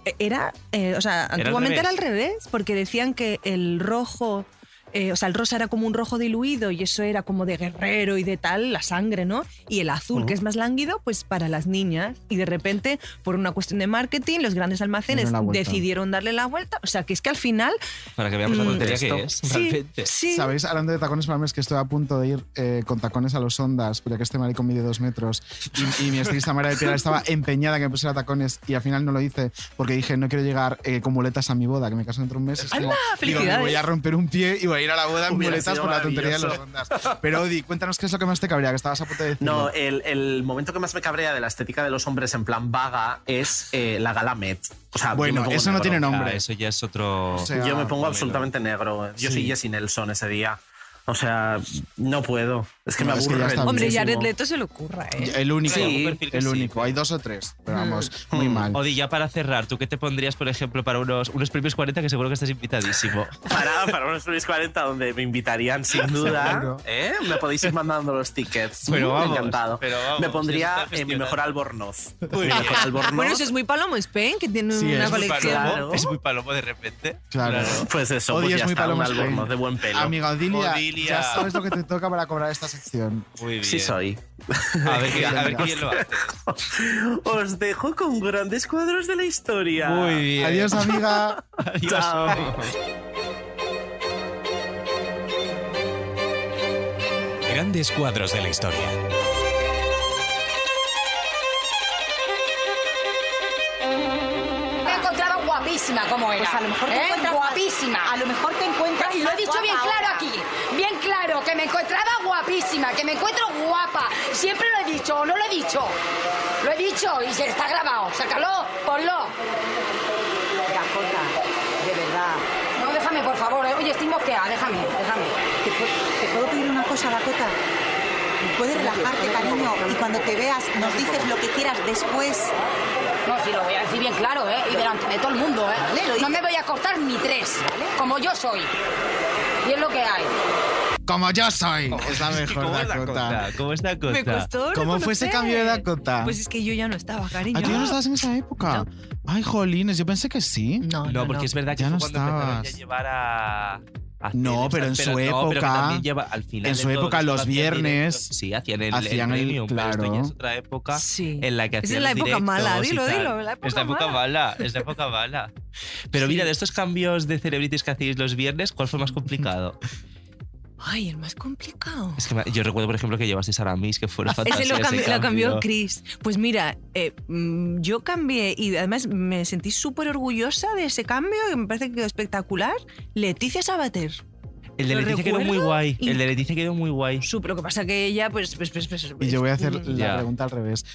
F: eh, era, eh, o sea,
D: al
F: antiguamente era al
D: revés.
F: revés, porque decían que el rojo, eh, o sea, el rosa era como un rojo diluido y eso era como de guerrero y de tal, la sangre, ¿no? Y el azul, que es más lánguido, pues para las niñas. Y de repente, por una cuestión de marketing, los grandes almacenes
C: Dieron la vuelta.
F: decidieron darle la vuelta, o sea, que es que al final...
C: Para que veamos la
F: Mm.
C: tontería que es.
D: Uh-huh.
F: Sí,
C: realmente.
D: ¿Sabéis? Hablando de tacones para mí, es que estoy a punto de ir eh, con tacones a los ondas, pero ya que este maricón mide dos metros y, y mi estilista Mara de Piedra estaba empeñada que me pusiera tacones y al final no lo hice porque dije, no quiero llegar eh, con muletas a mi boda, que me caso dentro de un mes. Es como,
F: ¡Hala!
D: digo, me voy
F: ¡Felicidades!
D: a romper un pie y voy a ir a la boda en
I: Hubiera
D: muletas
I: sido
D: por la tontería de los ondas.
I: maravilloso.
D: Pero Odi, cuéntanos qué es lo que más te cabría, que estabas a punto de decir.
I: No, el, el momento que más me cabrea de la estética de los hombres en plan vaga es eh, la gala Met. O sea, yo
D: Bueno,
I: me pongo
D: eso no
I: negro.
D: tiene nombre.
C: Ah, eso ya es otro.
D: O sea,
I: yo me pongo absolutamente negro. eh. Yo soy
C: Sí.
I: Jesse Nelson ese día. O sea, no puedo. Es que
D: No,
I: me
D: es que
I: aburre.
D: ya está bien.
F: Hombre, Jared
I: muchísimo.
F: Leto se lo ocurra, ¿eh?
D: El único,
I: Sí, algún perfil que
D: el
I: sí, Mm.
D: único. Hay dos o tres, pero vamos, muy mal.
C: Odi, ya para cerrar, ¿tú qué te pondrías, por ejemplo, para unos, unos premios 40 que seguro que estás invitadísimo?
I: Para, para unos Luis 40 donde me invitarían sin duda.
C: Seguro.
I: ¿eh? Me podéis ir mandando los tickets.
C: Pero
I: Mm,
C: vamos,
I: encantado.
C: pero vamos,
I: me
C: ya se
I: pondría
C: está
I: en mi mejor albornoz. Mi
C: bien.
I: mejor albornoz.
F: Bueno, eso es muy Palomo Spain, que tiene
I: Sí,
F: una
I: es muy
F: colección.
I: Palomo.
C: Claro. Es muy palomo de repente.
D: Claro.
I: Pues eso,
D: Odi
I: pues
D: es
I: ya
D: muy
I: está, un
D: Paloma Spain.
I: albornoz de buen pelo.
D: Amiga Odilia,
I: Odilia.
D: ya sabes lo que te toca para cobrar esta sección.
I: Sí soy.
C: A ver, qué- a ver quién lo hace.
I: Os dejo con grandes cuadros de la historia.
C: Muy bien.
D: Adiós, amiga.
I: Chao.
M: Grandes cuadros de la historia.
N: Me he encontrado guapísima como era.
J: Pues a lo mejor te
N: ¿eh?
J: encuentras más-
N: guapísima. A lo mejor te encuentras.
J: Y lo he dicho bien claro aquí, bien claro, que me
F: encontraba guapísima, que me encuentro guapa. Siempre lo he dicho, ¿o no lo he dicho? Lo he dicho y se está grabado. Sácalo, ponlo.
J: Cajota, de verdad.
F: No, déjame, por favor. eh. Oye, estoy mosqueada, déjame, déjame.
J: ¿Te, pu- te puedo pedir una cosa, Dakota? Puedes relajarte, cariño, y cuando te veas nos dices lo que quieras después.
F: No, sí, lo voy a decir bien claro, ¿eh? Y delante de todo el mundo, ¿eh? No me voy a cortar ni tres, Como yo soy. Y es lo que hay.
D: Como yo soy. Es la mejor
A: ¿Cómo es
D: Dakota.
A: Dakota? ¿Cómo es Dakota?
H: Me costó
D: ¿Cómo fue ese
H: reconocer.
D: cambio de Dakota?
H: Pues es que yo ya no estaba, cariño.
D: Ah, tú ya no estabas en esa época. Ay, jolines, yo pensé que sí.
H: No,
A: No, porque es verdad que
D: ya
A: fue
D: no
A: cuando empezaron
D: estabas.
A: ya a llevar a... a
D: No,
A: hacer
D: pero en
A: estas-
D: su
A: no, pero que
D: época-
A: también lleva- al final
D: en
A: de
D: su
A: todo
D: época,
A: eso
D: los
A: hacían directos.
D: viernes
A: Sí, hacían el,
D: hacían el-
A: el premium, pero esto ya
D: claro.
A: es otra época
H: Sí.
A: en la que
H: Esa
A: hacían
H: es la
A: los
H: época mala,
A: directos y
H: dilo,
A: tal.
H: dilo, la época
A: es la época mala. es la época mala. Pero mira, de estos cambios de celebrities que hacéis los viernes, ¿cuál fue más complicado?
H: Ay, el más complicado.
A: Es que me- yo recuerdo, por ejemplo, que llevasteis a Aramis, que fue la fantasía.
H: Ah, Ese lo, cambi-
A: ese
H: lo cambió
A: cambio.
H: Chris. Pues mira, eh, mm, yo cambié y además me sentí súper orgullosa de ese cambio que me parece que espectacular. Leticia Sabater.
A: El de
H: Lo
A: Leticia quedó muy
H: recuerdo
A: guay.
H: y-
A: El de Leticia quedó muy guay.
H: Sup- Lo que pasa que ella, pues... pues, pues, pues,
D: Y yo voy a hacer
H: mm,
D: la
A: Ya.
D: pregunta al revés.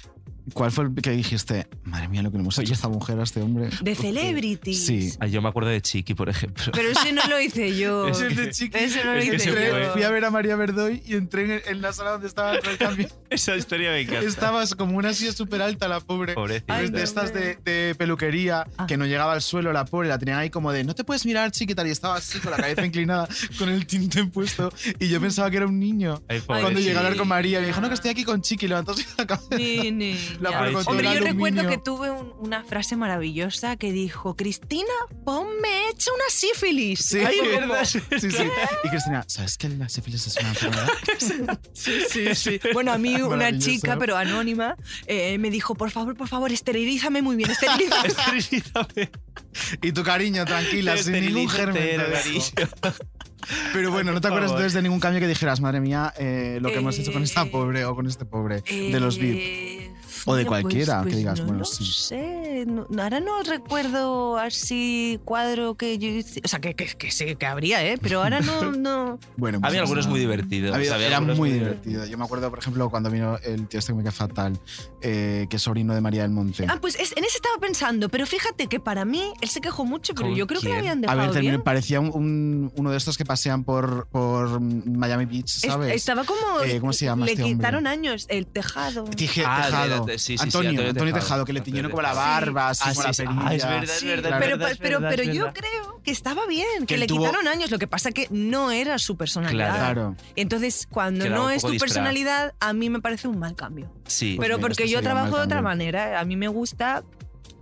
D: ¿Cuál fue el que dijiste? Madre mía, lo que le hemos hecho a esta mujer, a este hombre.
H: De celebrity.
D: Sí.
A: Ah, yo me acuerdo de Chiqui, por ejemplo.
H: Pero ese no lo hice yo.
D: Ese es de Chiqui.
H: Oh, Ese no lo
A: Es que
H: hice
A: ese
H: yo.
A: fue-
D: Fui a ver a María Verdoy y entré en, en la sala donde estaba todo el cambio.
A: Esa historia me encanta.
D: Estabas como una silla súper alta, la pobre.
A: Pobrecita.
D: Pues de estas de, de peluquería
H: Ah.
D: que no llegaba al suelo, la pobre, la tenían ahí como de no te puedes mirar, chiquita, y estaba así con la cabeza inclinada, con el tinte puesto. Y yo pensaba que era un niño.
A: Ay, pobre
D: Cuando llegué a hablar con
A: Chiqui.
D: María, me dijo, no, que estoy aquí con Chiqui, levantóse la cabeza.
H: Ni, ni,
D: La
H: ya.
D: pobre con todo
H: Hombre,
D: el
H: yo recuerdo que
D: aluminio.
H: tuve un- una frase maravillosa que dijo, Cristina, ponme hecha una sífilis.
D: Sí,
H: Ay,
D: sí,
H: como-
D: sí, sí. Y Cristina, ¿sabes que la sífilis es una enfermedad?
H: Sí, sí, sí. Bueno, a mí una
D: Maravilloso.
H: chica, pero anónima, eh, me dijo, por favor, por favor, esterilízame muy bien, esterilízame.
D: Y tu cariño, tranquila, sin ningún germen. te dejo. Pero bueno, ¿no te
A: por
D: acuerdas
A: favor.
D: entonces de ningún cambio que dijeras, madre mía, eh, lo que hemos hecho con esta
H: Eh,
D: pobre o con este pobre de los VIP?
H: Eh,
D: O de
H: mira,
D: cualquiera,
H: pues-
D: que
H: pues
D: digas,
H: no
D: bueno,
H: lo
D: sí.
H: sé, no- ahora no recuerdo así cuadro que yo hice. O sea, que, que, que sé que habría, ¿eh? Pero ahora no. no.
D: Bueno, pues
A: Había
D: no
A: algunos
D: sé.
A: muy divertidos.
D: Había-
A: había
D: era
A: algunos
D: muy divertido. Yo me acuerdo, por ejemplo, cuando vino el tío este que me cae fatal, eh, que es sobrino de María del Monte.
H: Ah, pues es- en ese estaba pensando, pero fíjate que para mí él se quejó mucho, pero
D: ¿Con
H: yo creo que
D: quién?
H: le habían
D: A
H: dejado.
D: ver, también
H: bien.
D: parecía un- un- uno de estos que pasean por, por Miami Beach,
H: Es-
D: ¿sabes?
H: Estaba como.
D: Eh, ¿Cómo se llama
H: Le
D: este hombre?
H: quitaron años el tejado.
D: Tije-
A: Ah, de-
D: Tejado.
A: de- sí, sí, sí,
D: Antonio,
A: Antonio
D: Antonio, Tejado,
A: Tejado.
D: que le tiñeron
A: Antonio
D: como la
A: Tejado.
D: barba,
A: Sí.
D: así
A: Ah,
D: como
A: sí,
D: la
A: sí.
D: perilla.
A: Ah, es verdad, es
D: Sí,
A: verdad, es
D: claro.
H: Pero,
A: verdad, es
H: pero,
A: verdad,
H: pero
A: es
H: yo
A: verdad.
H: creo que estaba bien, que,
A: Que él
H: le
A: tuvo-
H: quitaron años. Lo que pasa que no era su personalidad.
A: Claro. Claro.
H: Entonces, cuando
A: Quedaba
H: no
A: un
H: es
A: poco
H: tu
A: disfraz.
H: personalidad, a mí me parece un mal cambio.
A: Sí.
D: Pues
H: pero porque yo trabajo de otra
A: manera.
H: manera. A mí me gusta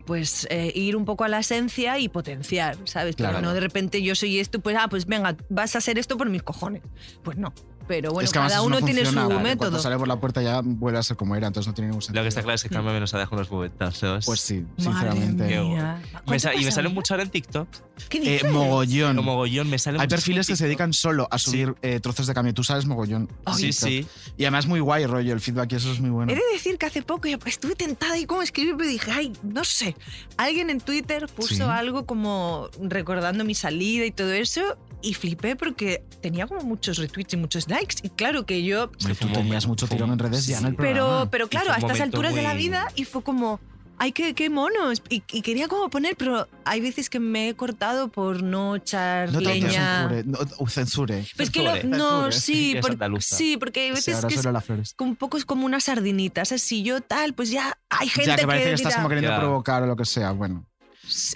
H: pues eh, ir un poco a la esencia y potenciar, ¿sabes?
D: Claro.
H: Pero no de repente yo soy esto, pues ah, pues venga, vas a hacer esto por mis cojones. Pues no. Pero bueno,
D: es que además
H: cada
D: eso
H: uno
D: no
H: tiene
D: funciona,
H: su
D: porque
H: método.
D: Cuando sale por la puerta ya vuelve a ser como era, entonces no tiene ningún sentido.
A: Lo que está claro es que Carmen me nos ha dejado unos momentazos. Pues
D: sí,
H: sinceramente. mía.
A: Me sa- y me
H: ¿Cuánto
A: salen mucho ahora en TikTok.
H: ¿Qué
D: Eh, mogollón.
A: Como mogollón, me salen
D: Hay perfiles que se dedican solo a subir eh, trozos de cambio. Tú sabes mogollón.
A: Sí,
D: TikTok.
A: sí.
D: Y además muy guay, rollo. El feedback y eso es muy bueno.
H: He de decir que hace poco estuve tentada y cómo escribir, pero dije, ay, no sé. Alguien en Twitter puso
D: Sí.
H: algo como recordando mi salida y todo eso y flipé porque tenía como muchos retweets y muchos likes y claro que yo...
D: Hombre, tú tenías mucho tirón en redes ya en el programa.
H: Pero, pero claro, a estas alturas de la vida y fue como... Ay, qué, qué monos. Y, y quería como poner, pero hay veces que me he cortado por no echar
D: No te
H: leña.
D: autocensure, no, o censure.
H: Pues que lo-
D: Censure.
H: no,
D: Censure.
H: sí, por- sí, porque hay
D: Sí,
H: veces
D: ahora
H: que es
D: solo las flores.
H: un poco es como una sardinita, o sea, si yo tal, pues ya hay gente
D: Ya que parece que estás
H: dirá-
D: como queriendo provocar o lo que sea, bueno.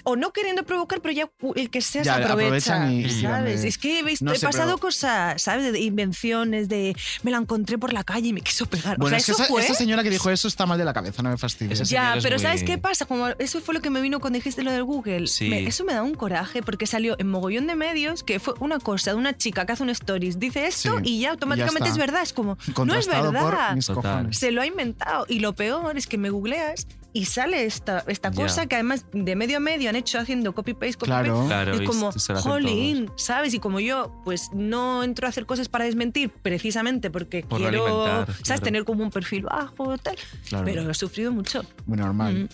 H: o no queriendo provocar, pero ya cu- el que sea
D: Ya,
H: se aprovecha,
D: aprovechan y- eh, y tiran
H: ¿sabes?
D: de-
H: Es que he, visto-
D: No
H: he
D: sé,
H: pasado
D: pero-
H: cosas, ¿sabes? De invenciones, de me la encontré por la calle y me quiso pegar.
D: Bueno,
H: o sea,
D: es que
H: eso
D: esa,
H: fue...
D: esa señora que dijo eso está mal de la cabeza, no me fastidies.
H: Ya, pero ¿sabes qué pasa? Como eso fue lo que me vino cuando dijiste lo del Google.
D: Sí.
H: Me- eso me da un coraje porque salió en mogollón de medios que fue una cosa de una chica que hace un stories, dice esto
D: Sí,
H: y ya automáticamente
D: está.
H: es verdad. Es como, no es
D: Contrastado
H: verdad.
D: por mis Total. cojones.
H: Se lo ha inventado. Y lo peor es que me googleas y sale esta, esta
D: Ya.
H: cosa que además de medio a medio han hecho haciendo copy-paste, copy-paste.
D: Claro. Claro,
H: y
D: y
H: como,
D: se lo hacen
H: jolín, ¿sabes? Y como yo, pues no entro a hacer cosas para desmentir precisamente porque
D: Por no
H: quiero,
D: alimentar,
H: ¿sabes?
D: claro.
H: Tener como un perfil bajo, tal.
D: Claro.
H: Pero he sufrido mucho.
D: Muy normal.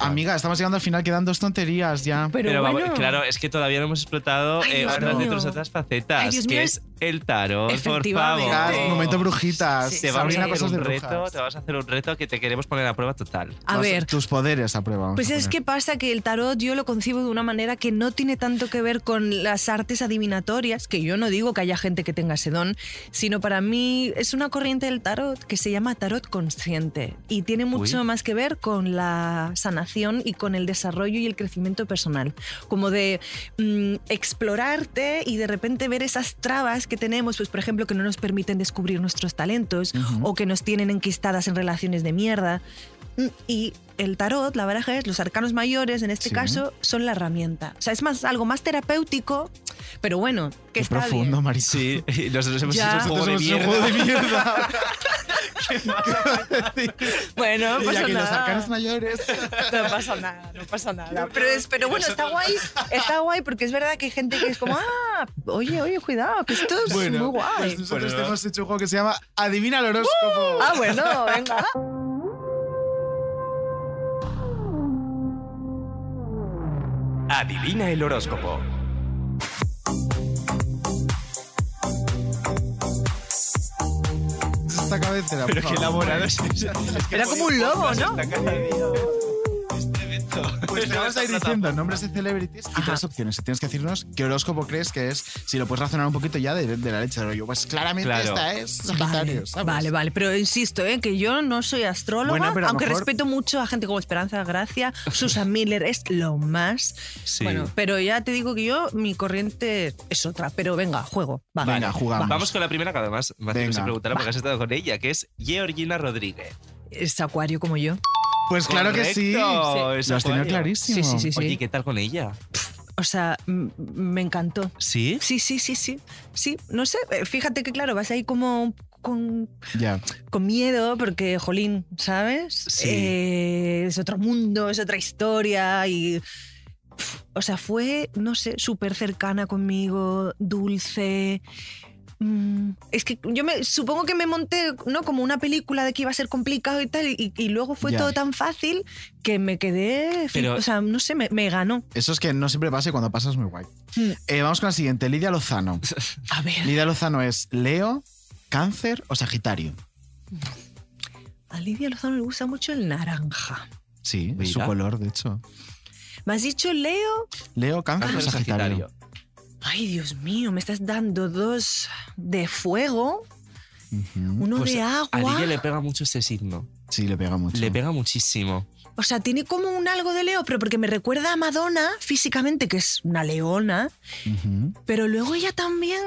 D: Amiga, estamos llegando al final, quedan dos tonterías ya.
H: Pues
A: Pero, vamos, claro, es que todavía no hemos explotado
D: Ay,
A: eh,
D: Dios
A: otras de
D: mío.
A: tus otras facetas,
D: Ay, Dios
A: que
D: mío,
A: es el tarot, por favor.
D: Efectivamente. Claro, momento brujitas.
A: Te vamos
D: Sabrina,
A: a hacer
D: cosas
A: un
D: de
A: reto,
D: brujas.
A: te vas a hacer un reto que te queremos poner a prueba total.
H: A Vas- ver.
D: Tus poderes a prueba. vamos
H: Pues
D: a
H: es
D: poner.
H: que pasa que el tarot yo lo concibo de una manera que no tiene tanto que ver con las artes adivinatorias, que yo no digo que haya gente que tenga ese don, sino para mí es una corriente del tarot que se llama tarot consciente y tiene mucho
C: Uy.
H: más que ver con la sanación y con el desarrollo y el crecimiento personal, como de mm, explorarte y de repente ver esas trabas que tenemos, pues por ejemplo que no nos permiten descubrir nuestros talentos o que oh, nos tienen enquistadas en relaciones de mierda. Mm, Y el tarot, la baraja es, los arcanos mayores en este
D: Sí.
H: caso, son la herramienta. O sea, es más algo más terapéutico, pero bueno, que
D: Qué
H: está
D: profundo, Marisol.
A: Sí, y nosotros hemos
H: Ya.
A: hecho un juego de
D: Nosotros hemos
A: mierda.
D: hecho un juego de mierda.
H: bien. Bueno, no
D: Y
H: pasa
D: aquí los
H: nada.
D: arcanos mayores.
H: No pasa nada, no pasa nada. Pero, es- pero bueno, está guay, está guay porque es verdad que hay gente que es como, ah, oye, oye, cuidado, que esto es muy guay.
D: pues nosotros te hemos hecho un juego que se llama Adivina el horóscopo.
H: ah, bueno, venga.
O: Adivina el horóscopo.
D: Esta cabecera,
A: Pero
D: por
A: qué
D: favor.
A: elaborado es eso. Es que
H: Era como un lobo,
A: podéis-
H: ¿no?
A: Está cada día. Es tremendo.
D: Pues te vamos a ir diciendo nombres de celebrities y tres opciones. Y tienes que decirnos qué horóscopo crees que es. Si lo puedes razonar un poquito ya de, de la leche de rollo. Pues claramente
A: Claro.
D: esta es Sagitario,
H: Vale,
D: ¿sabes?
H: vale, vale, pero insisto, ¿eh? que yo no soy astróloga,
D: Bueno, pero a lo
H: aunque
D: mejor-
H: respeto mucho a gente como Esperanza Gracia, Susan Miller es lo más.
A: Sí.
H: Bueno, pero ya te digo que yo, mi corriente es otra, pero venga, juego. Va.
D: Venga, jugamos.
A: Vamos con la primera, que además me hace
D: Venga.
A: ilusión preguntarla porque has estado con ella, que es Georgina Rodríguez.
H: Es acuario como yo.
D: Pues claro que sí.
A: Correcto, es
D: Lo has tenido
A: Acuario.
D: clarísimo.
H: Sí, sí, sí, sí.
A: Oye, ¿y ¿qué tal con ella?
H: O sea, m- me encantó.
A: ¿Sí?
H: Sí, sí, sí, sí. Sí, no sé, eh, fíjate que claro, vas ahí como con,
D: Ya.
H: con miedo porque, jolín, ¿sabes?
D: Sí.
H: Eh, es otro mundo, es otra historia y... pf, O sea, fue, no sé, súper cercana conmigo, dulce. Mm, Es que yo me supongo que me monté, ¿no? Como una película de que iba a ser complicado y tal, y, y luego fue
D: Ya.
H: todo tan fácil que me quedé. flip-
D: Pero-
H: o sea, no sé, me, me ganó.
D: Eso es que no siempre pasa y cuando pasa es muy guay.
H: Mm.
D: Eh, vamos con la siguiente. Lidia Lozano.
H: A ver.
D: Lidia Lozano es Leo, Cáncer o Sagitario.
H: A Lidia Lozano le gusta mucho el naranja.
D: Sí, es su
A: Mira.
D: color, de hecho.
H: ¿Me has dicho Leo?
D: Leo, Cáncer,
A: Cáncer,
D: o Ah, Sagitario.
H: Ay, Dios mío, me estás dando dos de fuego, uno
A: Pues
H: de
D: Ah.
A: A
H: agua.
A: Lidia le pega mucho ese signo.
D: Sí, le pega mucho.
A: Le pega muchísimo.
H: O sea, tiene como un algo de Leo, pero porque me recuerda a Madonna físicamente, que es una leona, pero luego ella también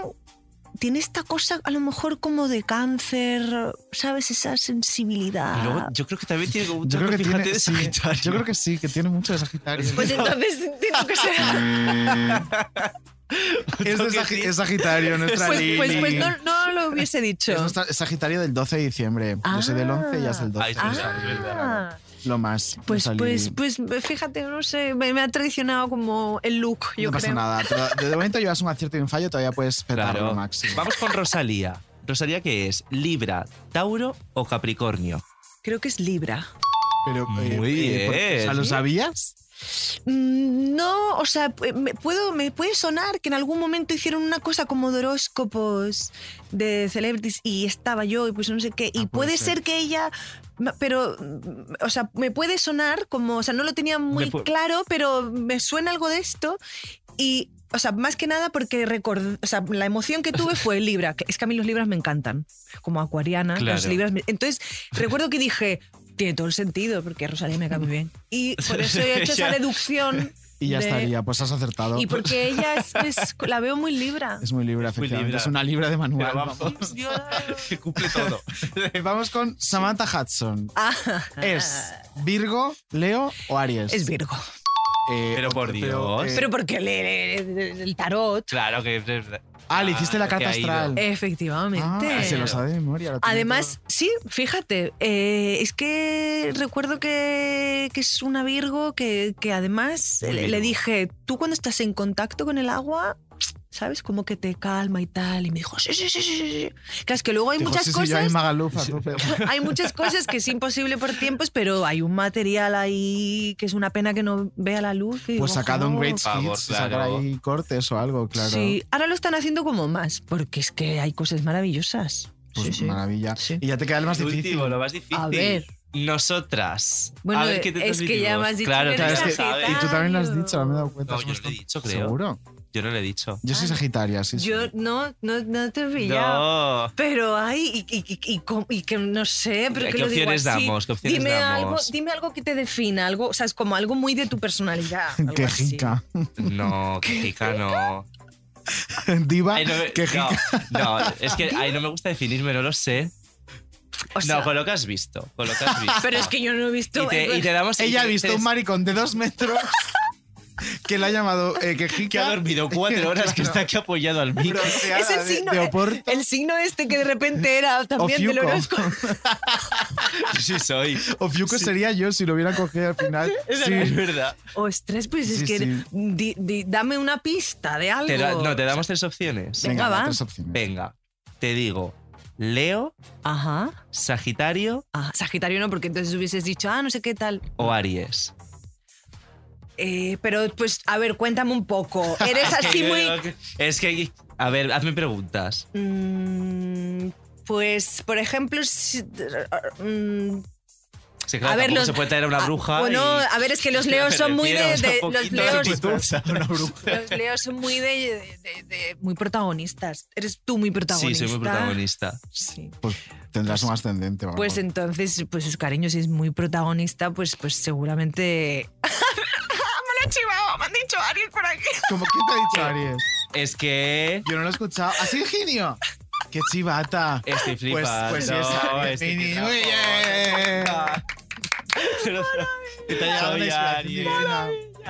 H: tiene esta cosa a lo mejor como de cáncer, ¿sabes? Esa sensibilidad.
A: Y
D: Ah.
A: luego yo creo que también tiene como un
D: Yo creo,
A: toque,
D: que
A: fíjate,
D: tiene,
A: de
D: sí,
A: Sagitario.
D: yo creo que sí, que tiene mucho de Sagitario.
H: Pues entonces tengo que ser...
D: es, de Sagi- es Sagitario, nuestra
H: pues, pues,
D: Lili.
H: pues no, no lo hubiese dicho.
D: Es nuestra- es Sagitario del 12 de diciembre. Yo soy del 11 y ella es del 12.
F: Ah.
A: Ay, sí, es
H: Ah.
D: Lo más.
H: Pues,
D: nuestra
H: pues,
D: Lili.
H: pues, fíjate, no sé, me, me ha traicionado como el look, yo
D: no pasa
H: creo.
D: nada. pero De momento llevas un acierto y un fallo, todavía puedes petarlo
A: Claro.
D: máximo.
A: Vamos con Rosalía. ¿Rosalía qué es? ¿Libra, Tauro o Capricornio?
H: Creo que es Libra.
D: Pero, eh,
A: Muy
D: eh, por-
A: bien.
D: o sea, ¿Lo sabías?
H: Mm, No, o sea, p- me, puedo, me puede sonar que en algún momento hicieron una cosa como de horóscopos de celebrities y estaba yo y pues no sé qué. Y puede
C: Ah, ser.
H: ser. que ella. ma- Pero, mm, o sea, me puede sonar como. O sea, no lo tenía muy
C: Me pu-
H: claro, pero me suena algo de esto. Y. O sea, más que nada porque recordé, o sea, la emoción que tuve fue Libra. que- Es que a mí los Libras me encantan. Como acuariana, los
C: Claro.
H: Libras. me- Entonces, recuerdo que dije, tiene todo el sentido porque Rosalía me cae muy bien. Y por eso he hecho esa
D: Ya.
H: deducción.
D: Y ya
H: de-
D: estaría, pues has acertado.
H: Y porque ella es, es- la veo muy libra.
D: Es muy libre, efectivamente.
A: libra.
D: Es una libra de manual.
A: Pero vamos. Cumple todo.
D: Vamos con Samantha Hudson.
H: Ah.
D: ¿Es Virgo, Leo o Aries?
H: Es Virgo.
D: Eh,
A: Pero por
D: pero,
A: Dios.
D: eh,
H: Pero porque le, le- le- el tarot.
A: Claro que.
D: Ah, le hiciste la
A: que
D: carta
A: ha ido.
D: astral.
H: Efectivamente.
D: Ah, se lo sabe de memoria. lo tiene
H: Eh, Además, sí, fíjate, eh, es que recuerdo que, que es una Virgo que, que además
D: Muy
H: le,
D: Virgo.
H: le dije, tú cuando estás en contacto con el agua, ¿Sabes? Como que te calma y tal. Y me dijo, sí, sí, sí, sí. sí". Claro, es que luego hay
D: Dijo,
H: muchas
D: sí, sí, yo ahí
H: cosas.
D: Magaluf a tope.
H: hay muchas cosas que es imposible por tiempos, pero hay un material ahí que es una pena que no vea la luz. y digo,
D: Pues sacado un
H: "Jo".
D: Great Hits, sacar ahí cortes o algo, claro.
H: Sí, ahora lo están haciendo como más, porque es que hay cosas maravillosas.
D: Pues
H: Sí, sí.
D: maravilla. Y ya te queda el más
A: El
D: difícil.
A: último, lo más difícil.
H: A ver.
A: Nosotras.
H: Bueno,
A: a ver qué te
H: es que ya
A: transmitimos.
H: me has dicho
A: claro,
H: que
A: claro,
H: eres
A: es que-
H: sagitario.
D: Y tú también lo has dicho, me he dado cuenta.
A: No, yo no lo he dicho, creo.
D: ¿Seguro?
A: Yo no lo he dicho.
D: Yo soy Sagitaria, sí. sí.
H: Ah, Yo no, no, no te he pillado.
A: No.
H: Pero ay, y, y- y- y com- y que no sé, pero
A: ¿Qué
H: que lo digo
A: opciones
H: así.
A: damos? ¿Qué opciones
H: dime
A: damos?
H: Algo, dime algo que te defina, algo, o sea, es como algo muy de tu personalidad. algo
D: Qué
H: así.
D: jica.
A: No, que jica no.
D: Diva,
A: Ay, no me-
D: Ah, qué jica.
A: no, no, es que ahí no me gusta definirme, no lo sé. no, con lo que has visto. Con lo que has visto.
H: Pero es que yo no he visto.
A: Y te- y te damos-
D: Ella ha
A: y te-
D: visto un maricón de dos metros que la ha llamado eh, que jica.
A: Que ha dormido cuatro horas, que está aquí apoyado al micro.
H: es el signo, eh,
D: de
H: el, signo este que de repente era también del
D: Ofiuco.
H: horóscopo.
A: Sí, soy.
D: O Fiuco sería yo si lo hubiera cogido al final.
H: Es
D: sí.
H: verdad.
A: Es verdad.
H: Ostras, pues es
D: Sí,
H: que
D: sí.
H: di- di- dame una pista de algo.
A: Te da- no, te damos tres opciones.
H: Venga, Venga, va. tres
A: Venga, te digo Leo,
H: Ajá.
A: Sagitario
H: Ah, Sagitario no, porque entonces hubieses dicho, ah, no sé qué tal.
A: o Aries.
H: Eh, pero pues, a ver, cuéntame un poco. Eres
A: Es que
H: así
A: yo
H: muy...
A: creo que- Es que, a ver, hazme preguntas.
H: Mm, pues, por ejemplo, si- mm,
A: Sí, claro,
H: A ver,
A: tampoco
H: los-
A: se puede traer a una
H: ah,
A: bruja.
H: bueno,
A: y-
H: a ver, es que los
A: Me
H: leos son muy de-
A: refiero, o sea,
H: de-
A: un
H: los
A: poquito
H: leos-
A: se puede traer a una bruja.
H: los leos son muy de, de- de- muy protagonistas. Eres tú muy
A: Sí,
H: protagonista.
A: soy muy protagonista.
H: Sí.
D: Pues tendrás un ascendente. o algo.
H: Pues entonces, pues cariño, si es muy protagonista, pues, pues seguramente...
P: lo he chivado, me han dicho Ariel por aquí.
D: ¿Cómo quién te ha dicho Aries?
A: Es que.
D: Yo no lo he escuchado. ¿Así, Ginio? ¡Qué chivata!
A: Estoy flipando.
D: Pues, pues sí, es Aries,
A: estoy
D: Mini.
A: flipando.
D: Muy bien.
A: Te ha llegado
D: Soy
A: una
D: Aries.
A: inspiración divina.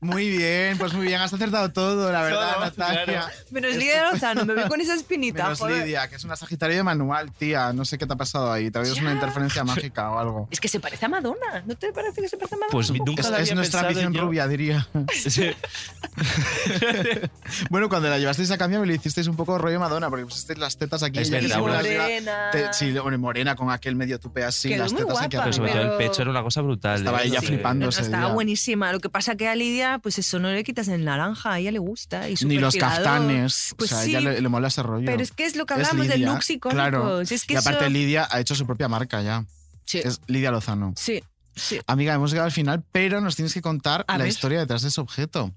D: Muy bien, pues muy bien, has acertado todo, la verdad,
A: Todo,
D: Natalia.
A: claro.
H: Menos Lidia Lozano, me voy con esa espinita.
D: Menos
H: joder.
D: Lidia, que es una Sagitario de manual, tía. No sé qué te ha pasado ahí. Tal vez es una interferencia mágica o algo.
H: Es que se parece a Madonna, ¿no te parece que se parece a Madonna?
A: Pues nunca
D: Es,
A: la
D: es
A: había
D: nuestra
A: pensado
D: ambición
A: yo.
D: rubia, diría.
A: Sí.
D: bueno, cuando la llevasteis a cambiar me lo hicisteis un poco rollo Madonna, porque pusisteis las tetas aquí.
A: Es
D: y ya
A: verdad,
D: que se
A: una-
D: las lleva-
H: Morena.
D: te- sí, hombre, morena con aquel medio tupe así,
H: Quedó
D: las
H: muy
D: tetas aquí
H: guapa,
A: Pero sobre todo el
H: Pero-
A: pecho era una cosa brutal.
D: Estaba
A: ¿eh?
D: ella
A: Sí.
D: flipando ese
H: Estaba
D: día.
H: buenísima. Lo que pasa que a Lidia, pues eso no le quitas el naranja, a ella le gusta. Y
D: Ni los
H: superfilador.
D: caftanes.
H: Pues
D: o sea,
H: sí,
D: ya le, le mola ese rollo.
H: pero es que es lo que hablamos del
D: Lidia,
H: looks icónicos.
D: Claro.
H: Es que
D: y aparte
H: eso-
D: Lidia ha hecho su propia marca ya.
H: Sí.
D: Es Lidia Lozano.
H: Sí, sí.
D: Amiga, hemos llegado al final, pero nos tienes que contar
H: A
D: la
H: ver.
D: historia detrás de ese objeto.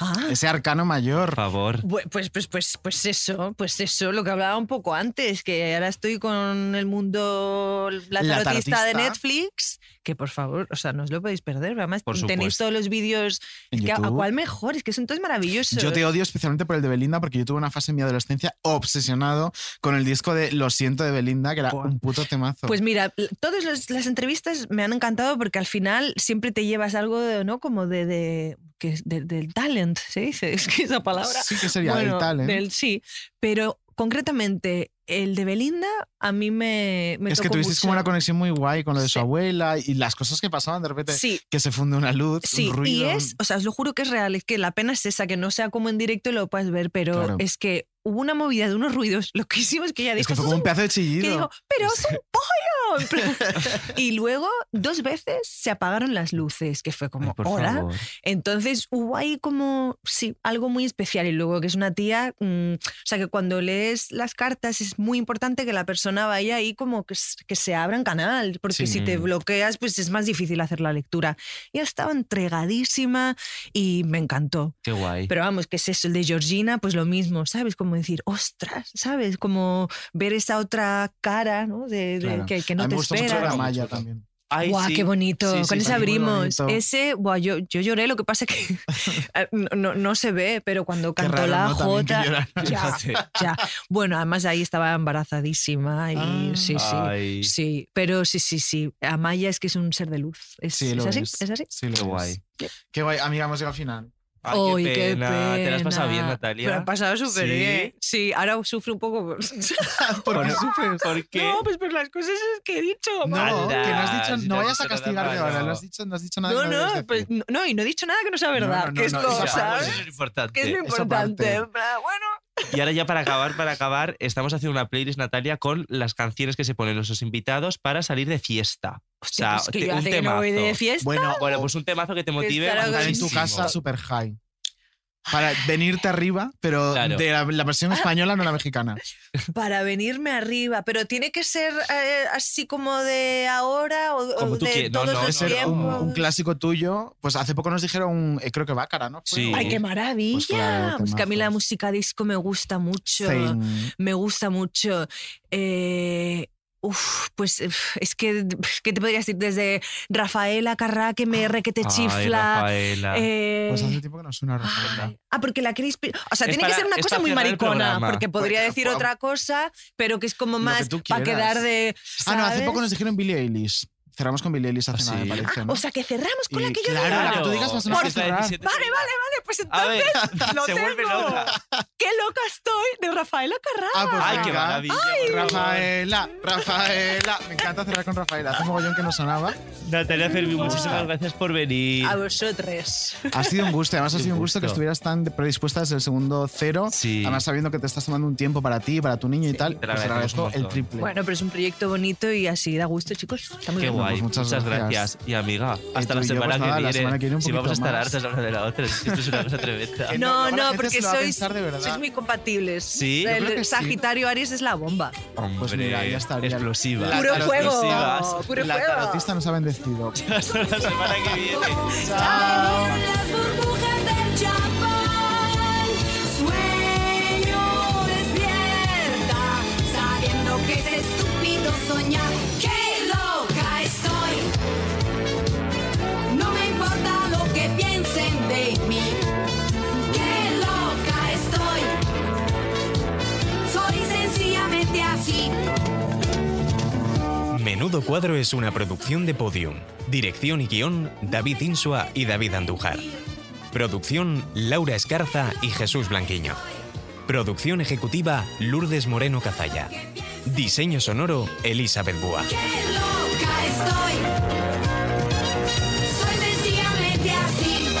H: Ah,
D: Ese arcano mayor. Por
A: favor.
H: bu- pues, pues, pues, pues eso, pues eso, lo que hablaba un poco antes, que ahora estoy con el mundo, la
P: La
H: tarotista de
P: tarotista.
H: Netflix, que por favor, o sea, no os lo podéis perder, pero además
D: Por
H: tenéis
D: supuesto.
H: todos los vídeos,
D: En
H: es que, ¿a
D: YouTube.
H: cuál mejor? Es que son todos maravillosos.
D: Yo te odio especialmente por el de Belinda porque yo tuve una fase en mi adolescencia obsesionado con el disco de Lo siento de Belinda, que era un puto temazo.
H: Pues mira, l- todas las- las entrevistas me han encantado porque al final siempre te llevas algo, de, ¿no? Como de, de- que es de- del talent, ¿se dice? Es que esa palabra.
D: Sí que sería ¿eh?
H: Bueno,
D: el talent.
H: del- sí, pero concretamente el de Belinda a mí me, me
D: es que
H: tocó
D: tuvisteis como
H: mucho.
D: una conexión muy guay con lo de su abuela y las cosas que pasaban de repente.
H: Sí.
D: Que se funde una luz,
H: Sí,
D: un ruido.
H: y es, o sea, os lo juro que es real, es que la pena es esa, que no sea como en directo y lo puedas ver, pero
D: Claro.
H: es que hubo una movida de unos ruidos loquísimos que ya dijo,
D: es que
H: "Esto
D: fue
H: es
D: como
H: un
D: un pedazo de
H: que
D: chillido.
H: digo, pero es un pollo. En plan- y luego dos veces se apagaron las luces, que fue como,
P: por
H: hola.
P: favor.
H: Entonces hubo ahí como, sí, algo muy especial. Y luego que es una tía, mm, o sea, que cuando lees las cartas es muy importante que la persona vaya ahí como que, s- que se abra en canal, porque
P: Sí.
H: si te
P: Mm.
H: bloqueas, pues es más difícil hacer la lectura. Ya estaba entregadísima y me encantó.
A: Qué guay.
H: Pero vamos, que es eso, el de Georgina, pues lo mismo, ¿sabes? Como decir, ostras, ¿sabes? Como ver esa otra cara, ¿no? De, de-
D: Claro.
H: que, que no
D: A mí
H: te
D: me gustó mucho
H: espera.
D: la malla también.
A: Ay,
H: ¡Guau,
A: sí.
H: qué bonito!
A: Sí, sí,
H: Con
A: sí,
H: ese
A: muy
H: abrimos.
A: bonito.
H: Ese, guau, yo, yo lloré, lo que pasa que eh, no, no- no se ve, pero cuando cantó
A: raro,
H: la
A: ¿no? También que
H: Jota.
A: llorar.
H: Ya,
A: Fíjate.
H: ya. Bueno, además ahí estaba embarazadísima y sí, sí.
D: Ah,
A: Ay.
H: Sí, pero sí, sí, sí. Amaya es que es un ser de luz. ¿Es,
D: Sí,
H: ¿es
D: lo
H: así?
D: es.
H: ¿Es así?
D: Sí, lo
A: Qué guay.
D: Qué guay, amiga, hemos llegado al final.
A: Ay,
H: Uy,
A: qué, pena. Te las has pasado bien,
H: pena.
A: Natalia.
H: Me lo he pasado súper
A: Sí.
H: bien. Sí, ahora sufro un poco. por-
A: ¿Por, ¿Por qué?
H: No, pues por las cosas que he dicho.
D: No,
H: mamá.
D: que no has dicho,
A: si
D: no
A: no has
D: vayas a
A: dicho nada
D: castigarte
A: malo.
D: ahora, no has dicho, no has dicho nada.
H: No,
D: que no debes
H: no,
D: decir.
H: pues, no, no, y no he dicho nada que no sea verdad.
D: no,
H: que es
D: no,
H: cosa,
D: esa parte
H: ¿sabes?
A: Eso es importante.
H: Que es lo
D: esa parte.
H: importante. en plan, Bueno,
A: Y ahora ya para acabar, para acabar, estamos haciendo una playlist, Natalia, con las canciones que se ponen nuestros invitados para salir de fiesta. O sea,
H: pues que
A: te-
H: yo
A: un
H: hace que no voy de
A: temazo.
H: fiesta.
A: Bueno, bueno, pues un temazo que te motive.
H: estará
D: Estar en tu
A: muchísimo.
D: casa super high. Para venirte arriba, pero
A: Claro.
D: de la, la versión
H: Ah.
D: española, no la mexicana.
H: para venirme arriba, pero tiene que ser eh, así como de ahora o, o
D: Como tú
H: de
D: quieras.
H: todos los
D: ser un,
H: tiempos.
D: un clásico tuyo. Pues hace poco nos dijeron, eh, creo que Bácara, ¿no? Fue,
A: Sí.
D: o-
H: Ay, qué maravilla.
D: Pues
H: Pues,
D: claro,
H: que a mí la música disco me gusta mucho.
D: Same.
H: Me gusta mucho. Eh, uf, pues uf, es que, ¿qué te podría decir? Desde Rafaela Carrá, que me requete
D: Ay,
H: chifla.
D: Rafaela.
H: eh,
D: Pues hace tiempo que no suena Rafaela.
H: ah, porque la queréis. pi- O sea,
D: Es
H: tiene
D: para-
H: que ser una
D: es
H: cosa
D: para
H: muy
D: cerrar el
H: maricona,
D: programa.
H: porque podría decir otra cosa, pero que es como
D: Lo que
H: más
D: tú
H: para
D: quieras.
H: quedar de.
D: Ah, no, hace poco nos
H: ¿sabes? Ah,
D: dijeron Billie Eilish. Cerramos con Billie
A: ¿Ah,
D: Eilish hace nada, me parece, ¿no?
H: O sea, que cerramos con
D: Y
H: la que yo
D: claro,
H: diga.
D: la que tú digas va a sonar
H: Por
D: que está
H: favor.
D: en
H: Vale,
D: 17
H: vale, vale, pues
A: A ver,
H: entonces lo
A: se
H: tengo.
A: vuelve loca.
H: Qué loca estoy de Rafaela Carrá.
D: Ah, pues
A: Ay, qué
D: venga.
A: maravilla,
H: Ay.
A: por favor.
D: Rafaela, Rafaela. Me encanta cerrar con Rafaela. Hace mogollón que no sonaba.
A: Natalia Fermi, muchísimas gracias por venir.
H: A vosotros.
D: Ha sido un gusto, además ha
A: Qué
D: sido un gusto que
A: gusto.
D: estuvieras tan predispuesta desde el segundo cero. Además sabiendo que te estás tomando un tiempo para ti, para tu niño y tal.
A: te lo
D: pues te lo
A: agradecemos un
D: agradezco el
A: montón.
D: triple.
H: Bueno, pero es un proyecto bonito y así da gusto, chicos. Está muy
A: Qué
H: bien.
A: guay,
D: pues muchas
A: muchas, gracias. Y amiga, hasta
D: tú
A: la
D: y yo,
A: semana,
D: pues nada,
A: que
D: la
A: viene.
D: semana que viene un
A: si vamos a
D: poquito
A: estar
D: más. Pues
A: hartas la una de la otra, es que esto es una cosa tremenda.
H: No,
D: Ahora la
H: no,
D: gente
H: porque
D: se lo va a
H: sois,
D: pensar de verdad.
H: sois muy compatibles.
A: Sí. Yo creo que
H: El
A: sí.
H: Sagitario Aries es la bomba.
A: Hombre,
D: Pues mira, ya está. ya.
A: explosiva.
D: La
H: Puro
D: tarot-
H: fuego,
D: explosivas.
H: puro
D: la
H: fuego.
D: tarotista nos ha bendecido.
A: Hasta la semana que viene.
E: Las burbujas del Japón. Sueño despierta, sabiendo que es estúpido soñar. ¡Qué loca estoy! No me importa lo que piensen de mí. ¡Qué loca estoy! Soy sencillamente así.
C: Menudo Cuadro es una producción de Podium. Dirección y guión, David Insua y David Andújar. Producción, Laura Escarza y Jesús Blanquiño. Producción ejecutiva, Lourdes Moreno Cazalla. Diseño sonoro, Elizabeth Búa.
E: loca estoy. Soy sencillamente así.